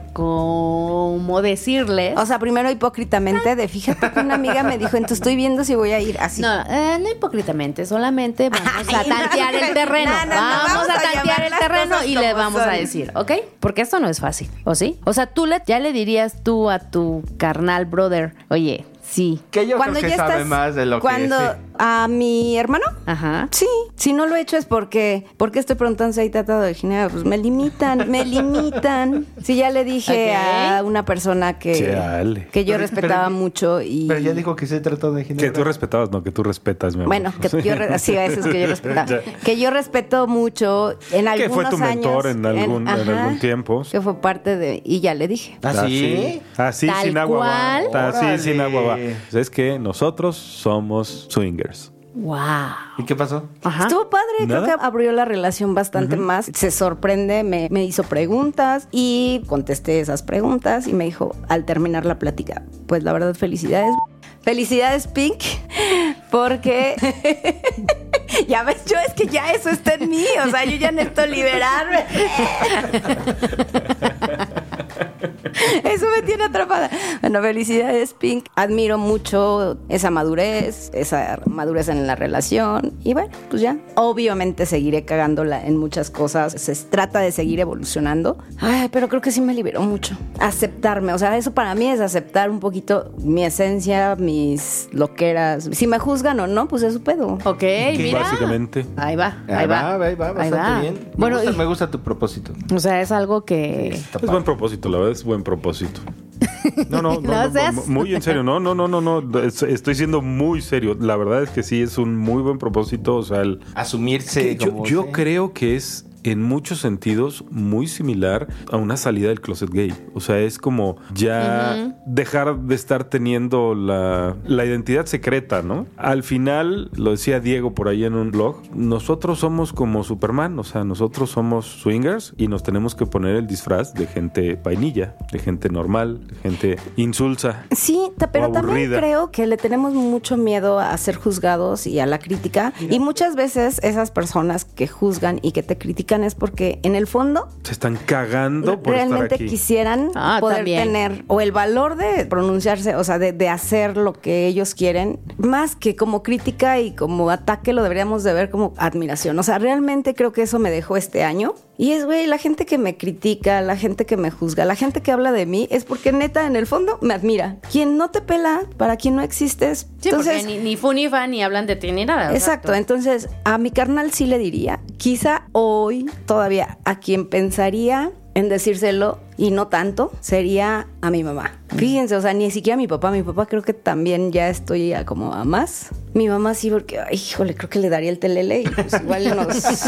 Speaker 3: cómo decirles.
Speaker 1: O sea, primero hipócritamente de fíjate que una amiga me dijo, entonces estoy viendo si voy a ir así.
Speaker 3: No, eh, no hipócritamente,
Speaker 1: (laughs)
Speaker 3: solamente vamos a
Speaker 1: Ay, no,
Speaker 3: tantear el
Speaker 1: no,
Speaker 3: terreno.
Speaker 1: no, no,
Speaker 3: vamos,
Speaker 1: vamos
Speaker 3: a
Speaker 1: a
Speaker 3: tantear
Speaker 1: llamar
Speaker 3: el
Speaker 1: las
Speaker 3: terreno
Speaker 1: cosas
Speaker 3: y le
Speaker 1: como
Speaker 3: vamos a
Speaker 1: son.
Speaker 3: decir, ¿ok? Porque esto no es fácil, ¿o sí? O sea, tú le, ya le dirías tú a tu carnal brother, oye, sí,
Speaker 5: Que yo creo que sabe más de lo
Speaker 1: cuando
Speaker 5: que... sí.
Speaker 1: a mi hermano
Speaker 3: ajá.
Speaker 1: Sí, si no lo he hecho es porque porque este estoy preguntando si hay tratado de Ginebra, pues me limitan, me limitan. Si ya le dije
Speaker 3: Ok.
Speaker 1: a una persona que
Speaker 4: Chale.
Speaker 1: que yo
Speaker 5: Pero-
Speaker 1: respetaba
Speaker 5: pero-
Speaker 1: mucho y
Speaker 5: Pero ya dijo que se trató de Ginebra.
Speaker 4: Que tú respetabas, no, que tú respetas, mi amor.
Speaker 1: bueno, que yo re- sí, a eso es que
Speaker 4: (laughs)
Speaker 1: yo respetaba.
Speaker 4: Ya.
Speaker 1: que yo respeto mucho en algunos
Speaker 4: Que fue tu mentor
Speaker 1: años,
Speaker 4: en algún- en
Speaker 1: ajá,
Speaker 4: algún tiempo.
Speaker 1: Que fue parte de y ya le dije.
Speaker 5: ¿Ah, sí?
Speaker 4: Así
Speaker 3: Tal
Speaker 4: sin agua va.
Speaker 3: cual.
Speaker 4: Así
Speaker 5: Órale.
Speaker 4: sin agua va. Pues Es que nosotros somos swingers.
Speaker 3: Wow.
Speaker 5: ¿Y qué pasó?
Speaker 3: Ajá.
Speaker 1: Estuvo padre,
Speaker 4: Nada.
Speaker 1: creo que abrió la relación bastante más. Se sorprende, me, me hizo preguntas y contesté esas preguntas y me dijo al terminar la plática, pues la verdad felicidades. Felicidades Pink, (laughs) porque (laughs) ya ves, yo es que ya eso está en mí, o sea, yo ya necesito liberarme. (laughs) Eso me tiene atrapada. Bueno, felicidades, Pink. Admiro mucho esa madurez, esa madurez en la relación. Y bueno, pues ya. Obviamente seguiré cagándola en muchas cosas. Se trata de seguir evolucionando. Ay, pero creo que sí me liberó mucho. Aceptarme. O sea, eso para mí es aceptar un poquito mi esencia, mis loqueras. Si me juzgan o no, pues es su pedo.
Speaker 3: Ok, mira.
Speaker 4: Básicamente.
Speaker 3: Ahí va, ahí,
Speaker 5: Ahí Ah, va, ahí va, bastante
Speaker 3: va.
Speaker 5: bien. Me
Speaker 3: Bueno,
Speaker 5: gusta,
Speaker 3: y-
Speaker 5: me gusta tu propósito.
Speaker 3: o sea, es algo que...
Speaker 5: Está
Speaker 4: Es
Speaker 5: padre.
Speaker 4: buen propósito, la verdad, es buen propósito. No, no,
Speaker 1: (laughs)
Speaker 3: ¿Lo
Speaker 4: no, no,
Speaker 3: haces?
Speaker 4: mu- muy en serio, no, no, no, no, no, es- estoy siendo muy serio. La verdad es que sí, es un muy buen propósito, o sea, el,
Speaker 5: Asumirse
Speaker 4: Que yo,
Speaker 5: Este, como...
Speaker 4: yo
Speaker 5: sí.
Speaker 4: creo que es en muchos sentidos muy similar a una salida del closet gay. O sea, es como ya dejar de estar teniendo la, la identidad secreta, ¿no? Al final, lo decía Diego por ahí en un blog, nosotros somos como Superman, o sea, nosotros somos swingers y nos tenemos que poner el disfraz de gente vainilla, de gente normal, de gente insulsa.
Speaker 1: Sí, ta- pero también
Speaker 4: aburrida.
Speaker 1: creo que le tenemos mucho miedo a ser juzgados y a la crítica. Y muchas veces esas personas que juzgan y que te critican es porque en el fondo
Speaker 4: Se están cagando por estar
Speaker 1: realmente
Speaker 4: aquí.
Speaker 1: quisieran
Speaker 3: Ah,
Speaker 1: poder
Speaker 3: también.
Speaker 1: tener o el valor de pronunciarse, o sea, de, de hacer lo que ellos quieren, más que como crítica y como ataque lo deberíamos de ver como admiración. O sea, realmente creo que eso me dejó este año. Y es, güey, la gente que me critica, la gente que me juzga, la gente que habla de mí, es porque neta, en el fondo, me admira. Quien no te pela, para quien no existes.
Speaker 3: Sí, porque ni, ni fu ni fan ni hablan de ti ni nada.
Speaker 1: Exacto, entonces a mi carnal sí le diría, quizá hoy todavía a quien pensaría en decírselo y no tanto sería a mi mamá. Fíjense, o sea, ni siquiera a mi papá, mi papá creo que también ya estoy a como a más. Mi mamá sí, porque, ay, híjole, creo que le daría el telele y pues igual nos,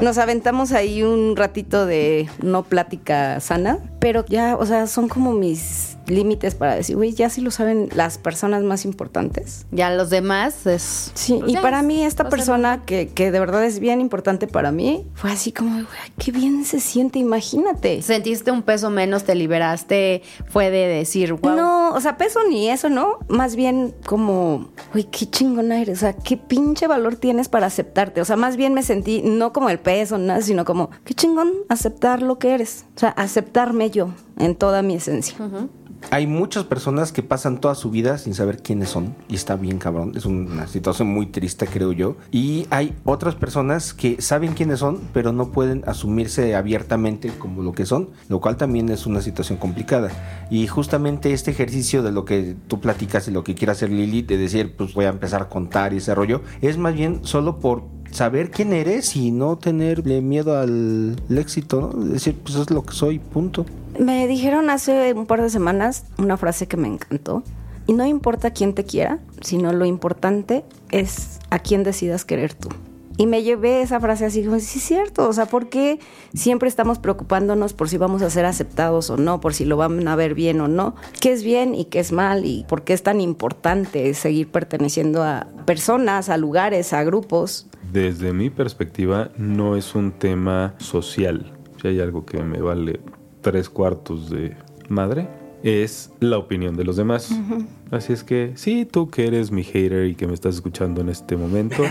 Speaker 1: nos aventamos ahí un ratito de no plática sana, pero ya, o sea, son como mis límites para decir, güey, ya sí lo saben las personas más importantes.
Speaker 3: Ya los demás es...
Speaker 1: Sí,
Speaker 3: Pues
Speaker 1: y
Speaker 3: ya
Speaker 1: para
Speaker 3: es-
Speaker 1: mí
Speaker 3: o
Speaker 1: esta
Speaker 3: sea,
Speaker 1: persona que, que de verdad es bien importante para mí fue así como, güey, qué bien se siente, imagínate.
Speaker 3: Sentiste un peso menos, te liberaste, fue de decir, wow.
Speaker 1: No, o sea, peso ni eso, ¿no? Más bien como, güey, qué chingona eres, o sea, qué pinche valor tienes para aceptarte. O sea, más bien me sentí no como el peso, nada, sino como, qué chingón aceptar lo que eres. O sea, aceptarme yo en toda mi esencia.
Speaker 5: Hay muchas personas que pasan toda su vida sin saber quiénes son y está bien cabrón. Es una situación muy triste, creo yo. Y hay otras personas que saben quiénes son, pero no pueden asumirse abiertamente como lo que son, lo cual también es una situación complicada. Y justamente este ejercicio de lo que tú platicas y lo que quiere hacer Lili, de decir, pues voy a empezar a contar y ese rollo, es más bien solo por saber quién eres y no tenerle miedo al al éxito, ¿no? Es decir, pues es lo que soy, punto.
Speaker 1: Me dijeron hace un par de semanas una frase que me encantó. Y no importa quién te quiera, sino lo importante es a quién decidas querer tú. Y me llevé esa frase así, como, sí es cierto, o sea, ¿por qué siempre estamos preocupándonos por si vamos a ser aceptados o no, por si lo van a ver bien o no, qué es bien y qué es mal y por qué es tan importante seguir perteneciendo a personas, a lugares, a grupos?
Speaker 4: Desde mi perspectiva, no es un tema social. Si hay algo que me vale tres cuartos de madre, es la opinión de los demás. Así es que, sí, tú que eres mi hater y que me estás escuchando en este momento,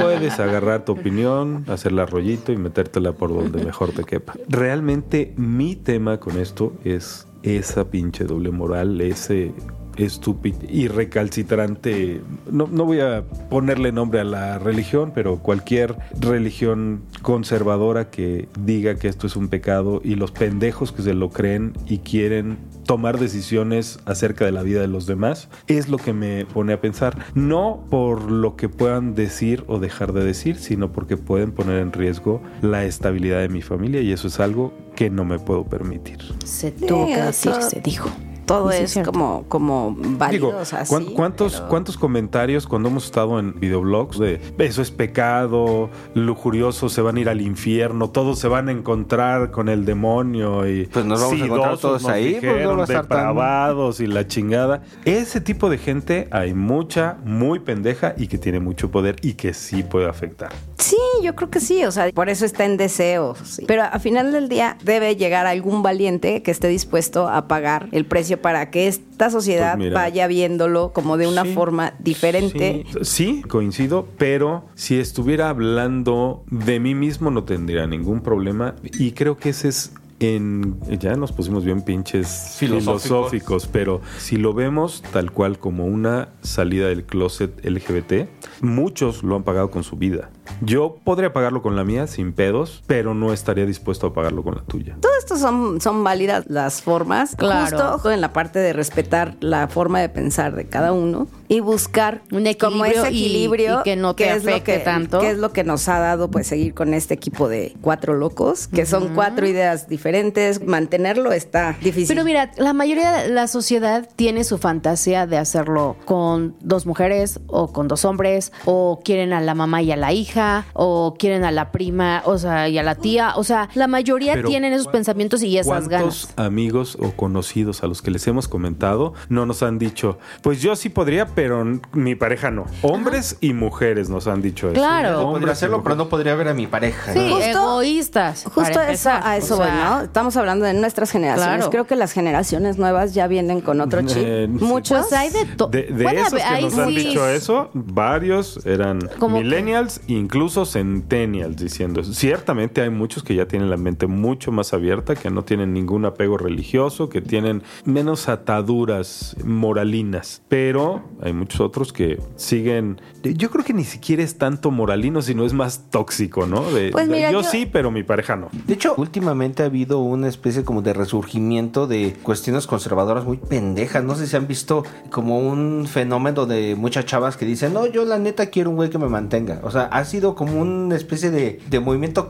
Speaker 4: puedes agarrar tu opinión, hacerla rollito y metértela por donde mejor te quepa. Realmente, mi tema con esto es esa pinche doble moral, ese estúpido y recalcitrante. No, no voy a ponerle nombre a la religión, pero cualquier religión conservadora que diga que esto es un pecado y los pendejos que se lo creen y quieren tomar decisiones acerca de la vida de los demás, es lo que me pone a pensar. No por lo que puedan decir o dejar de decir, sino porque pueden poner en riesgo la estabilidad de mi familia y eso es algo que no me puedo permitir.
Speaker 3: Se tuvo que
Speaker 1: Eh,
Speaker 3: decir,
Speaker 1: todo-
Speaker 3: se dijo.
Speaker 1: Todo
Speaker 3: Y sí es
Speaker 1: es
Speaker 3: cierto.
Speaker 1: como, como válido,
Speaker 4: Digo,
Speaker 1: o sea,
Speaker 4: ¿cuán-
Speaker 1: sí,
Speaker 4: ¿cuántos,
Speaker 1: pero-
Speaker 4: ¿cuántos comentarios cuando hemos estado en videoblogs de eso es pecado, lujuriosos se van a ir al infierno, todos se van a encontrar con el demonio y
Speaker 5: Pues nos vamos a encontrar
Speaker 4: "Sidosos
Speaker 5: todos
Speaker 4: nos
Speaker 5: ahí, pues no
Speaker 4: dijeron,
Speaker 5: va a estar tan-
Speaker 4: depravados y la chingada? Ese tipo de gente hay mucha, muy pendeja y que tiene mucho poder y que sí puede afectar.
Speaker 1: Sí, yo creo que sí, o sea, por eso está en deseos. Pero a final del día debe llegar algún valiente que esté dispuesto a pagar el precio para que esta sociedad
Speaker 4: Pues mira.
Speaker 1: vaya viéndolo como de una
Speaker 4: Sí,
Speaker 1: forma diferente.
Speaker 4: Sí, sí, coincido, pero si estuviera hablando de mí mismo no tendría ningún problema y creo que ese es en ya nos pusimos bien pinches
Speaker 5: Filosóficos.
Speaker 4: filosóficos. pero si lo vemos tal cual como una salida del closet LGBT, muchos lo han pagado con su vida. Yo podría pagarlo con la mía sin pedos, pero no estaría dispuesto a pagarlo con la tuya.
Speaker 1: Todo esto son, son válidas las formas,
Speaker 3: Claro.
Speaker 1: justo en la parte de respetar la forma de pensar de cada uno y buscar
Speaker 3: Un
Speaker 1: como
Speaker 3: equilibrio
Speaker 1: ese
Speaker 3: y-
Speaker 1: equilibrio
Speaker 3: y que no te
Speaker 1: qué es lo
Speaker 3: afecte
Speaker 1: que-
Speaker 3: tanto.
Speaker 1: qué es lo que nos ha dado pues seguir con este equipo de cuatro locos, que son cuatro ideas diferentes, mantenerlo está difícil.
Speaker 3: Pero mira, la mayoría de la sociedad tiene su fantasía de hacerlo con dos mujeres o con dos hombres, o quieren a la mamá y a la hija, o quieren a la prima, o sea, y a la tía. O sea, la mayoría
Speaker 4: Pero,
Speaker 3: tienen esos pensamientos y esas
Speaker 4: ¿Cuántos
Speaker 3: ganas.
Speaker 4: amigos o conocidos a los que les hemos comentado no nos han dicho, pues yo sí podría, pero n- mi pareja no? Hombres y mujeres nos han dicho eso.
Speaker 3: Ah. Claro.
Speaker 4: Hombres
Speaker 5: Podría
Speaker 4: y
Speaker 5: hacerlo, pero
Speaker 4: mujeres.
Speaker 5: no podría ver a mi pareja.
Speaker 3: Sí,
Speaker 5: ¿no?
Speaker 1: Justo-
Speaker 3: egoístas.
Speaker 1: Justo
Speaker 3: para
Speaker 1: eso,
Speaker 3: empezar.
Speaker 1: a eso
Speaker 3: O sea,
Speaker 1: voy, ¿no? Estamos hablando de nuestras generaciones.
Speaker 3: Claro.
Speaker 1: Creo que las generaciones nuevas ya vienen con otro chip.
Speaker 4: Eh, (laughs) sí.
Speaker 1: Muchos.
Speaker 3: Pues hay de todo.
Speaker 4: De, de esos que nos han dicho eso, varios eran
Speaker 3: Como que-
Speaker 4: millennials, incluso centennials, diciendo eso. Ciertamente hay muchos que ya tienen la mente mucho más abierta, que no tienen ningún apego religioso, que tienen menos ataduras moralinas, pero hay muchos otros que siguen, yo creo que ni siquiera es tanto moralino, sino es más tóxico, ¿no? De,
Speaker 1: Pues
Speaker 4: de,
Speaker 1: mira,
Speaker 4: yo,
Speaker 1: yo-
Speaker 4: sí, pero mi pareja no.
Speaker 5: De hecho, últimamente ha habido una especie como de resurgimiento de cuestiones conservadoras muy pendejas. No sé si han visto como un fenómeno de muchas chavas que dicen, no, yo la neta quiero un güey que me mantenga. O sea, ha sido como una especie de, de movimiento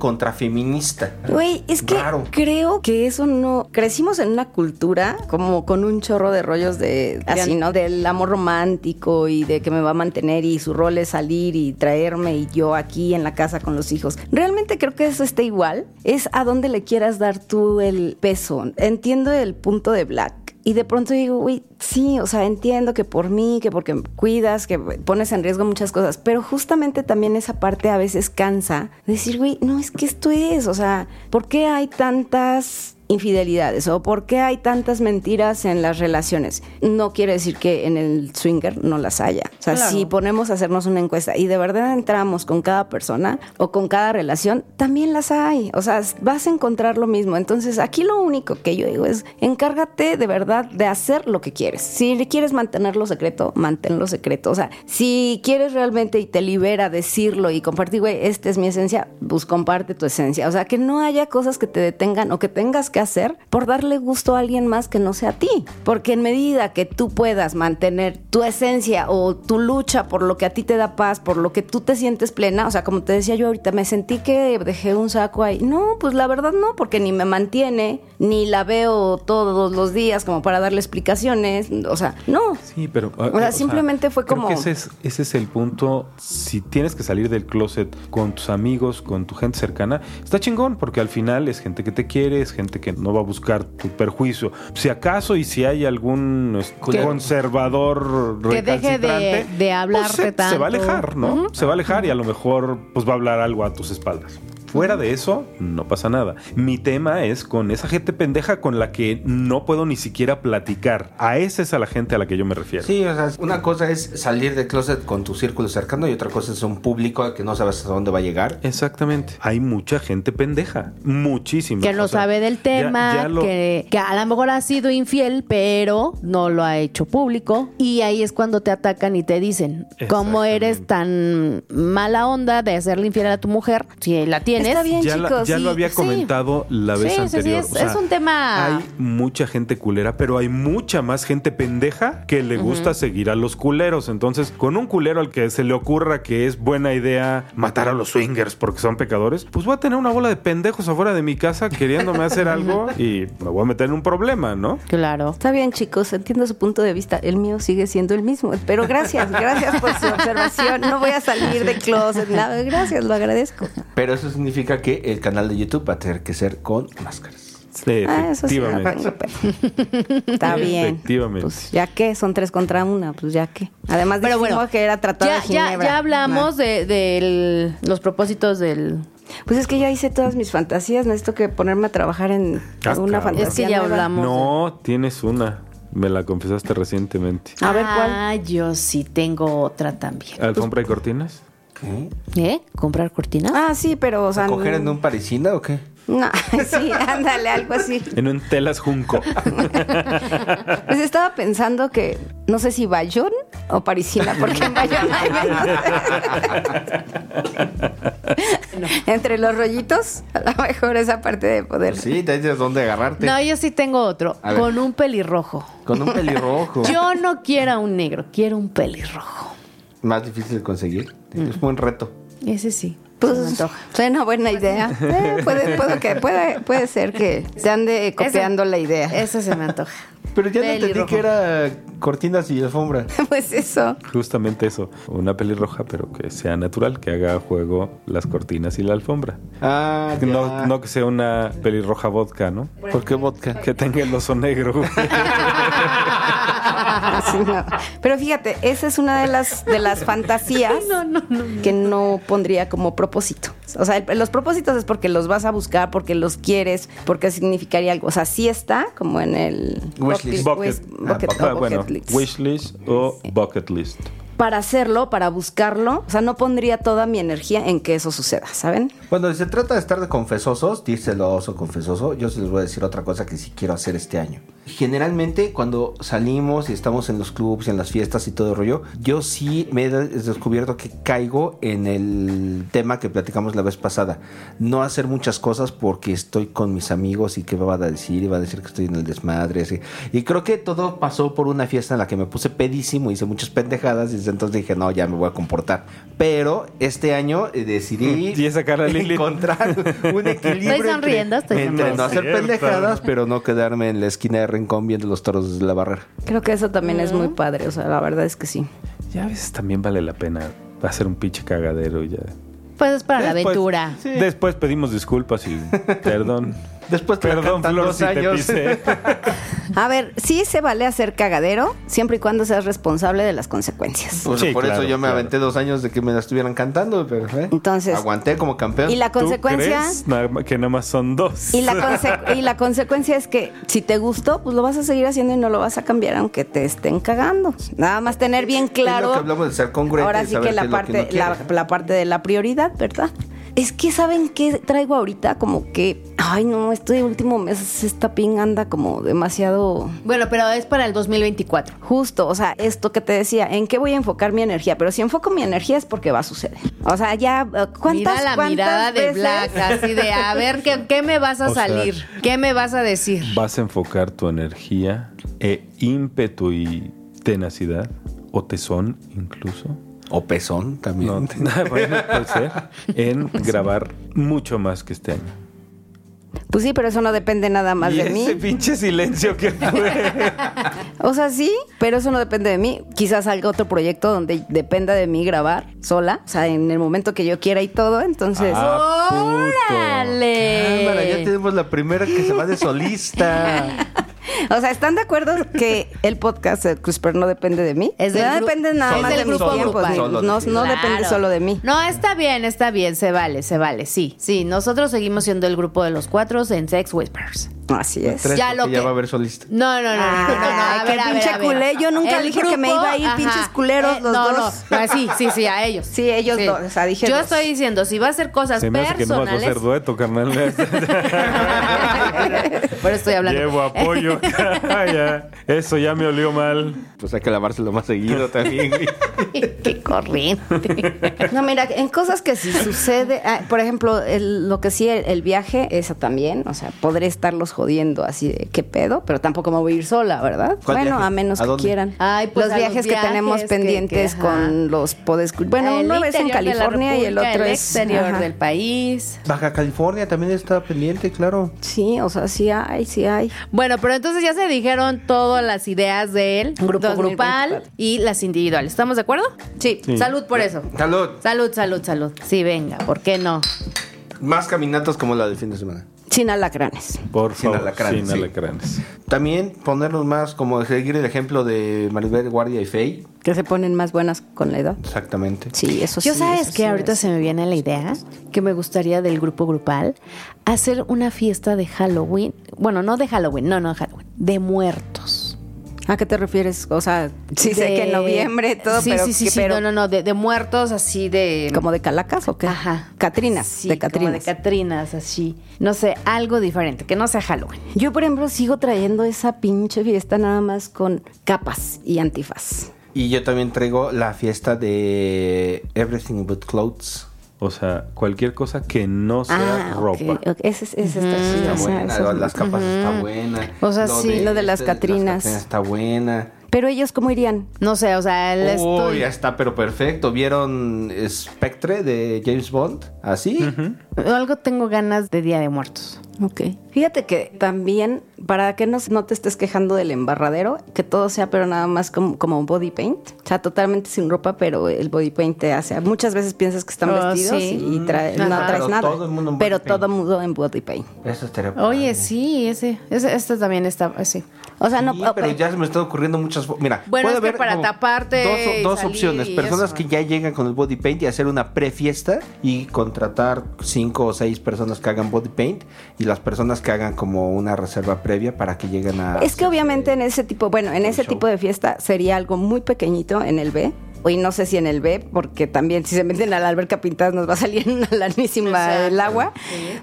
Speaker 5: contrafeminista.
Speaker 1: Güey, es que
Speaker 5: Raro.
Speaker 1: creo que eso no. Crecimos en una cultura como con un chorro de rollos de así, ¿no? Del amor romántico y de que me va a mantener y su rol es salir y traerme y yo aquí en la casa con los hijos. Realmente creo que eso está igual. Es a dónde le quieras dar tú el peso. Entiendo el punto de Black. Y de pronto digo, güey, sí, o sea, entiendo que por mí, que porque me cuidas, que pones en riesgo muchas cosas, pero justamente también esa parte a veces cansa. Decir, güey, no, es que esto es, o sea, ¿por qué hay tantas infidelidades o por qué hay tantas mentiras en las relaciones? No quiere decir que en el swinger no las haya. O sea,
Speaker 3: Claro.
Speaker 1: si ponemos a hacernos una encuesta y de verdad entramos con cada persona o con cada relación, también las hay. O sea, vas a encontrar lo mismo. Entonces, aquí lo único que yo digo es, encárgate de verdad de hacer lo que quieres. Si quieres mantenerlo secreto, manténlo secreto. O sea, si quieres realmente y te libera decirlo y compartir, güey, esta es mi esencia, pues comparte tu esencia. O sea, que no haya cosas que te detengan o que tengas que hacer por darle gusto a alguien más que no sea a ti. Porque en medida que tú puedas mantener tu esencia o tu lucha por lo que a ti te da paz, por lo que tú te sientes plena, o sea, como te decía yo ahorita, me sentí que dejé un saco ahí. No, pues la verdad no, porque ni me mantiene, ni la veo todos los días como para darle explicaciones. O sea, no.
Speaker 4: Sí, pero. ah,
Speaker 1: O sea, simplemente fue
Speaker 4: creo
Speaker 1: como-
Speaker 4: que ese, es, ese es el punto. Si tienes que salir del closet con tus amigos, con tu gente cercana, está chingón, porque al final es gente que te quiere, es gente que no va a buscar tu perjuicio. Si acaso y si hay algún es-
Speaker 5: Que-
Speaker 4: conservador
Speaker 3: que deje de-
Speaker 4: recalcitrante,
Speaker 3: de hablarte
Speaker 4: pues se, Se va a
Speaker 3: tanto.
Speaker 4: alejar, ¿no? Se va a alejar y a lo mejor pues va a hablar algo a tus espaldas. Fuera de eso, no pasa nada. Mi tema es con esa gente pendeja con la que no puedo ni siquiera platicar. A esa es a la gente a la que yo me refiero.
Speaker 5: Sí, o sea, una cosa es salir del closet con tu círculo cercano y otra cosa es un público que no sabes a dónde va a llegar.
Speaker 4: Exactamente. Hay mucha gente pendeja. Muchísima.
Speaker 3: Que no
Speaker 4: O sea,
Speaker 3: sabe del
Speaker 4: ya-
Speaker 3: tema,
Speaker 4: ya lo-
Speaker 3: que, que a lo mejor ha sido infiel, pero no lo ha hecho público. Y ahí es cuando te atacan y te dicen, ¿cómo
Speaker 4: Exactamente.
Speaker 3: eres tan mala onda de hacerle infiel a tu mujer si la tienes?
Speaker 1: Está bien,
Speaker 4: ya, la-
Speaker 1: chicos.
Speaker 4: ya
Speaker 1: y-
Speaker 4: lo había
Speaker 3: sí.
Speaker 4: comentado la vez
Speaker 3: Sí, sí, sí,
Speaker 4: anterior.
Speaker 3: es- es un tema-
Speaker 4: Hay mucha gente culera, pero hay mucha más gente pendeja que le gusta seguir a los culeros. Entonces, con un culero al que se le ocurra que es buena idea matar a los swingers porque son pecadores, pues voy a tener una bola de pendejos afuera de mi casa queriéndome
Speaker 1: (laughs)
Speaker 4: hacer algo y me voy a meter en un problema, ¿no?
Speaker 3: Claro.
Speaker 1: Está bien, chicos, entiendo su punto de vista. El mío sigue siendo el mismo. Pero gracias, gracias por su observación. No voy a salir de closet, nada. Gracias, lo agradezco.
Speaker 5: Pero eso significa que el canal de YouTube va a tener que ser con máscaras.
Speaker 1: Ah, eso sí, no
Speaker 4: Eh, Efectivamente.
Speaker 1: tengo pedo. Está bien.
Speaker 4: Efectivamente.
Speaker 1: Pues, ya que son tres contra una, pues ya que. Además,
Speaker 3: Pero
Speaker 1: dijimos
Speaker 3: bueno,
Speaker 1: que era tratado
Speaker 3: Ya,
Speaker 1: de
Speaker 3: ya,
Speaker 1: Ginebra.
Speaker 3: ya hablamos de, del- los propósitos del...
Speaker 1: Ah. Pues es que ya hice todas mis fantasías. Necesito que ponerme a trabajar en
Speaker 4: Ah,
Speaker 1: una
Speaker 4: cabrón.
Speaker 1: fantasía.
Speaker 3: Es que ya
Speaker 1: nueva.
Speaker 3: hablamos.
Speaker 1: ¿eh?
Speaker 4: No, tienes una. Me la confesaste recientemente.
Speaker 1: A ver cuál.
Speaker 3: Ah, yo sí tengo otra
Speaker 1: Pues
Speaker 3: también.
Speaker 4: ¿Alfombra y cortinas?
Speaker 5: ¿Qué?
Speaker 3: ¿Eh? ¿Comprar cortinas?
Speaker 1: Ah, sí, pero, o sea.
Speaker 5: ¿Coger en
Speaker 1: no-
Speaker 5: un parisina o qué?
Speaker 1: (laughs) No, sí, ándale, algo así.
Speaker 4: En un telas
Speaker 1: (laughs)
Speaker 4: junco.
Speaker 1: Pues estaba pensando que no sé si Bayón o Parisina, porque en Bayón hay menos. Entre los rollitos, a lo mejor esa parte de poder.
Speaker 5: Pues Sí, tienes dónde agarrarte.
Speaker 3: No, yo sí tengo otro.
Speaker 5: A ver.
Speaker 3: Con un pelirrojo.
Speaker 5: Con un pelirrojo.
Speaker 3: Yo no quiero a un negro, quiero un pelirrojo.
Speaker 5: Más difícil de conseguir.
Speaker 3: Mm.
Speaker 5: Es buen reto.
Speaker 3: Ese sí. se me
Speaker 1: Pues
Speaker 3: antoja.
Speaker 1: suena buena idea. Eh, puede, puedo que, puede, puede ser que se ande copiando la idea.
Speaker 3: Ese se me antoja.
Speaker 5: Pero ya no entendí
Speaker 3: Pelirrojo.
Speaker 5: que era cortinas y alfombra.
Speaker 1: (laughs) Pues eso.
Speaker 4: Justamente eso. Una pelirroja, pero que sea natural, que haga juego las cortinas y la alfombra.
Speaker 5: Ah, ya.
Speaker 4: No, no que sea una pelirroja vodka, ¿no?
Speaker 5: ¿Por qué (laughs) vodka?
Speaker 4: Que tenga el oso negro.
Speaker 5: (laughs)
Speaker 4: güey.
Speaker 1: (laughs) Sí, no. Pero fíjate, esa es una de las, de las fantasías que no pondría como propósito. O sea, el- los propósitos es porque los vas a buscar, porque los quieres, porque significaría algo. O sea, sí está como en el
Speaker 5: Wish list.
Speaker 1: bucket-
Speaker 4: Bucket.
Speaker 1: wish- pues, bucket-
Speaker 4: Ah,
Speaker 1: o
Speaker 4: bueno,
Speaker 1: bucket list.
Speaker 4: wish list o bucket list.
Speaker 1: Para hacerlo, para buscarlo, o sea, no pondría toda mi energía en que eso suceda, ¿saben?
Speaker 5: Cuando se trata de estar de confesosos, díselo oso confesoso, yo se les voy a decir otra cosa que sí quiero hacer este año. Generalmente cuando salimos y estamos en los clubs, y en las fiestas y todo el rollo, yo sí me he descubierto que caigo en el tema que platicamos la vez pasada. No hacer muchas cosas porque estoy con mis amigos y qué me van a decir, y van a decir que estoy en el desmadre. así. Y creo que todo pasó por una fiesta en la que me puse pedísimo, hice muchas pendejadas y desde entonces dije, no, ya me voy a comportar. Pero este año eh, decidí
Speaker 4: Y esa cara, Lili.
Speaker 5: encontrar
Speaker 4: (laughs)
Speaker 5: un equilibrio
Speaker 3: Estoy sonriendo,
Speaker 5: entre,
Speaker 3: estoy
Speaker 5: entre
Speaker 4: sonriendo.
Speaker 5: no hacer
Speaker 4: Cierto.
Speaker 5: pendejadas, pero no quedarme en la esquina de rincón viendo los toros desde la barrera.
Speaker 1: Creo que eso también es muy padre, o sea, la verdad es que sí.
Speaker 4: Ya a veces también vale la pena hacer un pinche cagadero y ya.
Speaker 3: Pues es para la
Speaker 4: Después-
Speaker 3: aventura.
Speaker 5: Sí.
Speaker 4: Después pedimos disculpas
Speaker 1: (laughs)
Speaker 4: y perdón.
Speaker 5: Después te la
Speaker 4: Perdón,
Speaker 5: cantan
Speaker 4: Flor,
Speaker 5: dos
Speaker 4: si te
Speaker 5: años. (laughs)
Speaker 4: pisé.
Speaker 1: A ver, sí se vale hacer cagadero siempre y cuando seas responsable de las consecuencias.
Speaker 5: Pues
Speaker 4: Sí,
Speaker 5: por
Speaker 4: claro,
Speaker 5: eso yo me
Speaker 4: claro.
Speaker 5: aventé dos años de que me la estuvieran cantando, pero eh,
Speaker 1: Entonces-
Speaker 5: aguanté como campeón.
Speaker 1: Y la
Speaker 4: ¿Tú
Speaker 1: consecuencia.
Speaker 4: crees? Nada ma- que nada más son dos.
Speaker 1: Y la,
Speaker 5: (laughs)
Speaker 1: conse- y la consecuencia es que si te gustó, pues lo vas a seguir haciendo y no lo vas a cambiar aunque te estén cagando. Nada más tener bien claro.
Speaker 5: Es lo que hablamos de ser congruente
Speaker 1: Ahora
Speaker 5: y
Speaker 1: sí
Speaker 5: saber
Speaker 1: que la
Speaker 5: qué es lo que
Speaker 1: parte,
Speaker 5: uno
Speaker 1: la,
Speaker 5: quiere.
Speaker 1: la parte de la prioridad, ¿verdad? Es que saben que traigo ahorita como que, ay no, este último mes esta ping anda como demasiado
Speaker 3: Bueno, pero es para el 2024.
Speaker 1: Justo, o sea, esto que te decía, ¿en qué voy a enfocar mi energía? Pero si enfoco mi energía es porque va a suceder. O sea, ya, eh, ¿cuántas,
Speaker 3: Mira la
Speaker 1: cuántas
Speaker 3: mirada de
Speaker 1: veces-
Speaker 3: Black, así de a ver qué, qué me vas a
Speaker 4: O sea-
Speaker 3: salir, qué me vas a decir.
Speaker 4: ¿Vas a enfocar tu energía e ímpetu y tenacidad o tesón incluso?
Speaker 5: O pezón también.
Speaker 4: (laughs) No,
Speaker 5: (laughs)
Speaker 4: bueno, puede ser, (laughs) en grabar mucho más que este año.
Speaker 1: Pues sí, pero eso no depende nada más
Speaker 4: y
Speaker 1: de
Speaker 4: ese
Speaker 1: mí.
Speaker 4: pinche silencio que fue.
Speaker 1: O sea, sí, pero eso no depende de mí. Quizás salga otro proyecto donde dependa de mí grabar sola, o sea, en el momento que yo quiera y todo, entonces...
Speaker 4: Ah, puto.
Speaker 5: Cámara, ya
Speaker 1: Eh.
Speaker 3: ¡Órale!
Speaker 5: tenemos la primera que se va de solista.
Speaker 1: (laughs) O sea, ¿están de acuerdo que el podcast de CRISPR no depende de mí?
Speaker 3: Es del
Speaker 1: no
Speaker 3: gru-
Speaker 1: depende nada
Speaker 5: solo
Speaker 1: más de
Speaker 5: del
Speaker 1: mis
Speaker 5: grupo
Speaker 1: tiempos, ni-
Speaker 5: grupal.
Speaker 1: no, no
Speaker 5: Solo de ti.
Speaker 1: depende
Speaker 3: Claro.
Speaker 1: solo de mí.
Speaker 3: No, está bien, está bien, se vale, se vale, sí. Sí, nosotros seguimos siendo el grupo de los cuatro en Sex Whispers.
Speaker 1: Así es.
Speaker 5: Tres,
Speaker 3: Ya
Speaker 5: porque
Speaker 3: lo
Speaker 5: ya
Speaker 3: que-
Speaker 5: va a
Speaker 4: (laughs)
Speaker 5: haber solista.
Speaker 3: No, no, no, no, (laughs) no, no,
Speaker 1: Ay,
Speaker 3: a
Speaker 1: Ah, qué
Speaker 3: ver, a ver,
Speaker 1: pinche
Speaker 3: a ver.
Speaker 1: culé, yo nunca dije que me iba a ir, pinches culeros, los
Speaker 3: Eh, no,
Speaker 1: dos.
Speaker 3: No, no, sí, sí, sí, a ellos.
Speaker 1: Sí, ellos dos, o sea, dije
Speaker 3: Yo
Speaker 1: dos.
Speaker 3: estoy diciendo, si va a hacer cosas
Speaker 4: Se me hace que no vas a
Speaker 3: personales,
Speaker 4: hacer dueto,
Speaker 1: (laughs)
Speaker 4: carnal.
Speaker 3: por eso estoy hablando.
Speaker 4: Llevo
Speaker 1: (laughs)
Speaker 4: apoyo. calla. Eso ya me olió mal.
Speaker 5: Pues hay que lavárselo más seguido también. güey.
Speaker 3: (laughs) qué corriente.
Speaker 1: No, mira, en cosas que sí sucede, ah, por ejemplo, el- lo que sí, el, el viaje, eso también, o sea, podré estarlos jodiendo así de qué pedo, pero tampoco me voy a ir sola, ¿verdad?
Speaker 5: ¿Cuál
Speaker 1: Bueno,
Speaker 5: viaje?
Speaker 1: a menos
Speaker 5: ¿A
Speaker 1: que
Speaker 5: dónde?
Speaker 1: quieran.
Speaker 3: Ay, pues,
Speaker 1: los
Speaker 3: a los
Speaker 1: viajes que
Speaker 3: viajes
Speaker 1: tenemos
Speaker 3: que-
Speaker 1: pendientes
Speaker 3: que, ajá.
Speaker 1: con los podescu... Bueno,
Speaker 3: El
Speaker 1: uno es en
Speaker 3: interior de la
Speaker 1: California y el
Speaker 3: República,
Speaker 1: otro
Speaker 3: el
Speaker 1: es...
Speaker 3: exterior
Speaker 1: ajá.
Speaker 3: del país.
Speaker 5: Baja California también está pendiente, claro.
Speaker 1: Sí, o sea, sí hay, sí hay.
Speaker 3: Bueno, pero entonces ya se dijeron todas las ideas del
Speaker 1: Grupo
Speaker 3: grupo grupal
Speaker 1: grupal.
Speaker 3: y las individuales. ¿Estamos de acuerdo? Sí. Salud por eso.
Speaker 5: Salud.
Speaker 3: Salud, salud, salud. Sí, venga, ¿por qué no?
Speaker 5: Más caminatas como la del fin de semana.
Speaker 1: Sin alacranes.
Speaker 4: Por
Speaker 5: Sin
Speaker 4: favor,
Speaker 5: alacranes,
Speaker 4: sin
Speaker 5: sí.
Speaker 4: alacranes.
Speaker 5: También ponernos más como seguir el ejemplo de Maribel Guardia y Fey.
Speaker 1: Que se ponen más buenas con la edad.
Speaker 5: Exactamente.
Speaker 1: Sí, eso
Speaker 3: Yo
Speaker 1: Pues sí.
Speaker 3: sabes
Speaker 1: eso
Speaker 3: que
Speaker 1: sí
Speaker 3: ahorita
Speaker 1: es.
Speaker 3: se me viene la idea que me gustaría del grupo grupal hacer una fiesta de Halloween. Bueno, no de Halloween, no, no de Halloween, de muertos.
Speaker 1: ¿A qué te refieres? O sea, sí sé
Speaker 3: de-
Speaker 1: que en noviembre todo,
Speaker 3: sí,
Speaker 1: pero,
Speaker 3: sí, sí,
Speaker 1: que-
Speaker 3: sí,
Speaker 1: pero
Speaker 3: no, no, no, de, de muertos así de
Speaker 1: como de calacas o qué?
Speaker 3: Ajá.
Speaker 1: Catrinas,
Speaker 3: Sí,
Speaker 1: de
Speaker 3: como
Speaker 1: Catrinas.
Speaker 3: de Catrinas, así. No sé, algo diferente, que no sea Halloween.
Speaker 1: Yo, por ejemplo, sigo trayendo esa pinche fiesta nada más con capas y antifaz.
Speaker 5: Y yo también traigo la fiesta de Everything But Clothes.
Speaker 4: O sea, cualquier cosa que no sea
Speaker 1: Ah, ok,
Speaker 4: ropa.
Speaker 1: ok. Ese, ese está chido,
Speaker 5: Está
Speaker 1: o sea,
Speaker 5: buena,
Speaker 1: eso-
Speaker 5: las capas está buena.
Speaker 3: O sea, sí,
Speaker 1: lo de las Catrinas.
Speaker 5: está buena.
Speaker 1: Pero ellos, ¿cómo irían?
Speaker 3: No sé, o sea, el
Speaker 5: Uy,
Speaker 3: estoy...
Speaker 5: ya está, pero perfecto. ¿Vieron Spectre de James Bond? ¿Ah, Así.
Speaker 3: algo tengo ganas de Día de Muertos.
Speaker 1: Ok. Fíjate que también, para que no, no te estés quejando del embarradero, que todo sea, pero nada más como, como un body paint. O sea, totalmente sin ropa, pero el body paint te hace. Muchas veces piensas que están
Speaker 3: Oh,
Speaker 1: vestidos
Speaker 3: sí.
Speaker 1: y trae- no
Speaker 3: Ajá.
Speaker 1: traes
Speaker 5: Pero
Speaker 1: nada.
Speaker 5: todo el mundo en body
Speaker 1: pero
Speaker 5: paint.
Speaker 1: todo mundo en body paint.
Speaker 5: Eso estaría
Speaker 3: Oye, sí, ese, ese este también está así.
Speaker 5: Pues
Speaker 1: O sea, no. ah,
Speaker 5: Sí, pero ya se me está ocurriendo muchas. fo- Mira,
Speaker 3: Bueno, es que para
Speaker 5: como
Speaker 3: taparte y
Speaker 5: Dos, dos
Speaker 3: salir
Speaker 5: opciones:
Speaker 3: y
Speaker 5: personas
Speaker 3: eso.
Speaker 5: que ya llegan con el body paint y hacer una pre-fiesta y contratar cinco o seis personas que hagan body paint y las personas que hagan como una reserva previa para que lleguen a.
Speaker 1: Es que obviamente en ese tipo, bueno, en ese
Speaker 5: show.
Speaker 1: tipo de fiesta sería algo muy pequeñito en el B. Y no sé si en el B, porque también si se meten a la alberca pintada nos va a salir (laughs) una lanísima
Speaker 3: Exacto.
Speaker 1: el agua.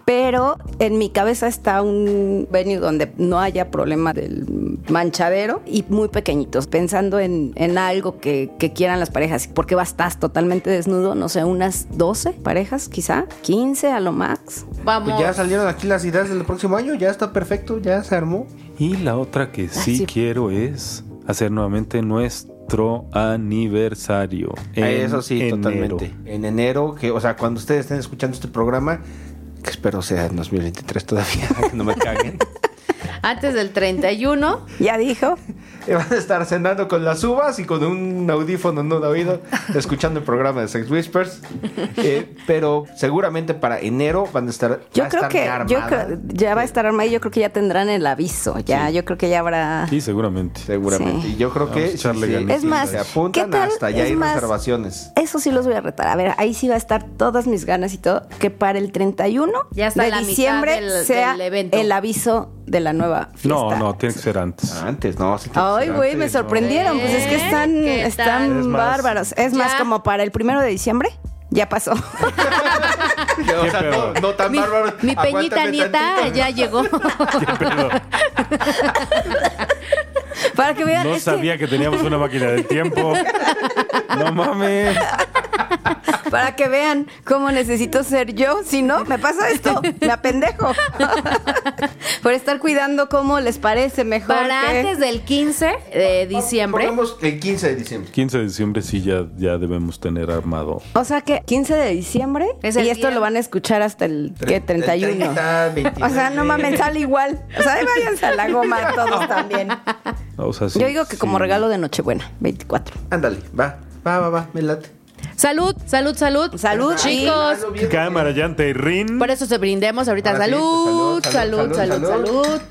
Speaker 1: Pero en mi cabeza está un venue donde no haya problema del manchadero y muy pequeñitos, pensando en, en algo que, que quieran las parejas. Porque vas, estás totalmente desnudo, no sé, unas 12 parejas quizá, 15 a lo max.
Speaker 3: Vamos.
Speaker 5: Pues ya salieron aquí las ideas del próximo año, ya está perfecto, ya se armó.
Speaker 4: Y la otra que sí,
Speaker 3: sí.
Speaker 4: quiero es hacer nuevamente nuestro aniversario. en
Speaker 5: Ah, Eso sí,
Speaker 4: enero.
Speaker 5: totalmente. En enero, que, o sea, cuando ustedes estén escuchando este programa, que espero sea en 2023 todavía, (laughs) que no me caguen.
Speaker 3: Antes del 31,
Speaker 1: Ya dijo.
Speaker 5: Y Van a estar cenando con las uvas y con un audífono no de oído, escuchando el programa de Sex
Speaker 1: (laughs)
Speaker 5: Whispers. Eh, pero seguramente para enero van a estar.
Speaker 1: Yo
Speaker 5: va a
Speaker 1: creo
Speaker 5: estar
Speaker 1: que
Speaker 5: ya
Speaker 1: yo
Speaker 5: armada.
Speaker 1: creo- ya va a estar armada y yo creo que ya tendrán el aviso. Ya, yo creo que ya habrá.
Speaker 4: Sí, seguramente.
Speaker 5: Seguramente.
Speaker 1: Sí.
Speaker 5: Y yo creo
Speaker 4: Vamos a
Speaker 5: que.
Speaker 4: echarle ganitas.
Speaker 1: Es más,
Speaker 5: se
Speaker 1: ¿qué
Speaker 5: apuntan
Speaker 1: tal?
Speaker 5: hasta ya
Speaker 1: Es
Speaker 5: hay
Speaker 1: más-
Speaker 5: reservaciones.
Speaker 1: Eso sí los voy a retar. A ver, ahí sí va a estar todas mis ganas y todo. Que para el 31
Speaker 3: Ya está
Speaker 1: de
Speaker 3: la mitad
Speaker 1: diciembre
Speaker 3: del-
Speaker 1: sea
Speaker 3: del evento.
Speaker 1: el aviso de la nueva fiesta.
Speaker 4: No, no, tiene que ser antes. (laughs)
Speaker 5: Antes, no. sí tiene que
Speaker 1: Ay,
Speaker 5: ser
Speaker 1: güey,
Speaker 5: antes,
Speaker 1: me
Speaker 5: ¿no?
Speaker 1: sorprendieron. Pues es que están,
Speaker 3: ¿Qué tal?
Speaker 1: están
Speaker 4: Es más,
Speaker 1: bárbaros. Es más,
Speaker 3: ya.
Speaker 1: como para el primero de diciembre, ya pasó. (laughs)
Speaker 5: Que, o sea, no, no tan
Speaker 3: mi,
Speaker 5: bárbaro.
Speaker 3: mi peñita
Speaker 5: Aguántame
Speaker 3: nieta
Speaker 5: tantito.
Speaker 3: ya llegó.
Speaker 1: (laughs) para que vean.
Speaker 4: No
Speaker 1: es
Speaker 4: sabía que teníamos una máquina del tiempo. No mames.
Speaker 1: que- para que vean cómo necesito ser yo. Si no, me pasa esto. Me
Speaker 3: (laughs)
Speaker 1: apendejo. Por estar cuidando cómo les parece mejor.
Speaker 3: Para
Speaker 1: que-
Speaker 3: antes del 15 de diciembre.
Speaker 5: Pongamos el 15 de diciembre.
Speaker 4: 15 de diciembre sí ya, ya debemos tener armado.
Speaker 1: O sea que 15 de diciembre
Speaker 3: Es el
Speaker 1: y esto
Speaker 3: día.
Speaker 1: lo van a escuchar hasta el ¿qué? 31.
Speaker 5: 30, (laughs)
Speaker 1: O sea, no
Speaker 5: 29.
Speaker 1: mames, sale igual. O sea, ahí váyanse a la goma todos también.
Speaker 4: O sea, sí,
Speaker 1: Yo digo que
Speaker 4: sí.
Speaker 1: como regalo de Nochebuena, 24.
Speaker 5: Ándale, va, va, va, va, me late.
Speaker 3: Salud, salud, salud.
Speaker 1: Salud,
Speaker 3: chicos.
Speaker 5: Hazlo bien,
Speaker 4: Cámara, llanta y rin.
Speaker 3: Por eso se brindemos ahorita.
Speaker 5: Ahora sí,
Speaker 3: Salud,
Speaker 5: pues,
Speaker 3: salud, salud, salud.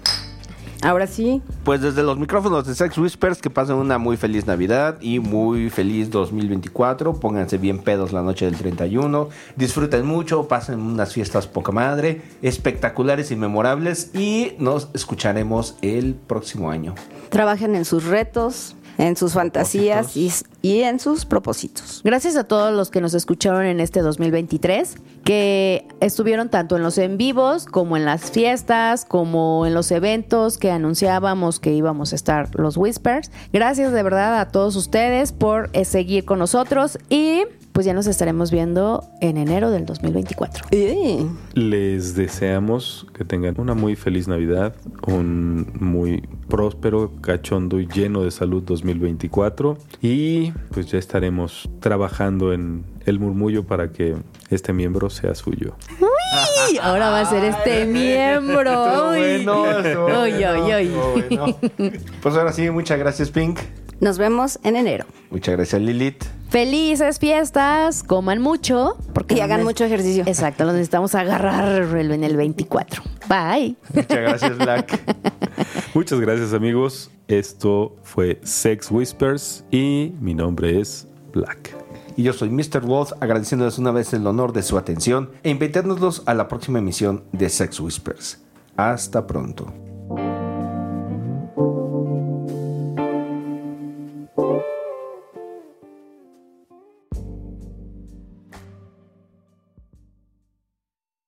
Speaker 1: Ahora sí,
Speaker 5: Pues desde los micrófonos de Sex Whispers, que pasen una muy feliz Navidad y muy feliz 2024. Pónganse bien pedos la noche del 31. Disfruten mucho, pasen unas fiestas poca madre, espectaculares y memorables. Y nos escucharemos el próximo año.
Speaker 1: trabajen en sus retos, en sus fantasías y, y en sus propósitos.
Speaker 3: Gracias a todos los que nos escucharon en este 2023, que estuvieron tanto en los en vivos como en las fiestas, como en los eventos que anunciábamos que íbamos a estar los Whispers. Gracias de verdad a todos ustedes por eh, seguir con nosotros y pues ya nos estaremos viendo en enero del 2024.
Speaker 1: Y
Speaker 4: Les deseamos que tengan una muy feliz Navidad, un muy próspero, cachondo y lleno de salud 2024. Y pues ya estaremos trabajando en el murmullo para que este miembro sea suyo.
Speaker 3: Y ahora va a ser este miembro. Uy. Uy, uy, uy.
Speaker 5: Pues ahora sí, muchas gracias, Pink.
Speaker 1: nos vemos en enero.
Speaker 5: Muchas gracias, Lilith.
Speaker 3: Felices fiestas, coman mucho porque
Speaker 1: Y
Speaker 3: no
Speaker 1: hagan
Speaker 3: neces-
Speaker 1: mucho ejercicio.
Speaker 3: Exacto, los necesitamos agarrar en el 24. Bye.
Speaker 5: Muchas gracias, Black.
Speaker 4: Muchas gracias amigos. Esto fue Sex Whispers y mi nombre es Black.
Speaker 5: Y yo soy Mr. Wolf, agradeciéndoles una vez el honor de su atención e invitándolos a la próxima emisión de Sex Whispers. Hasta pronto.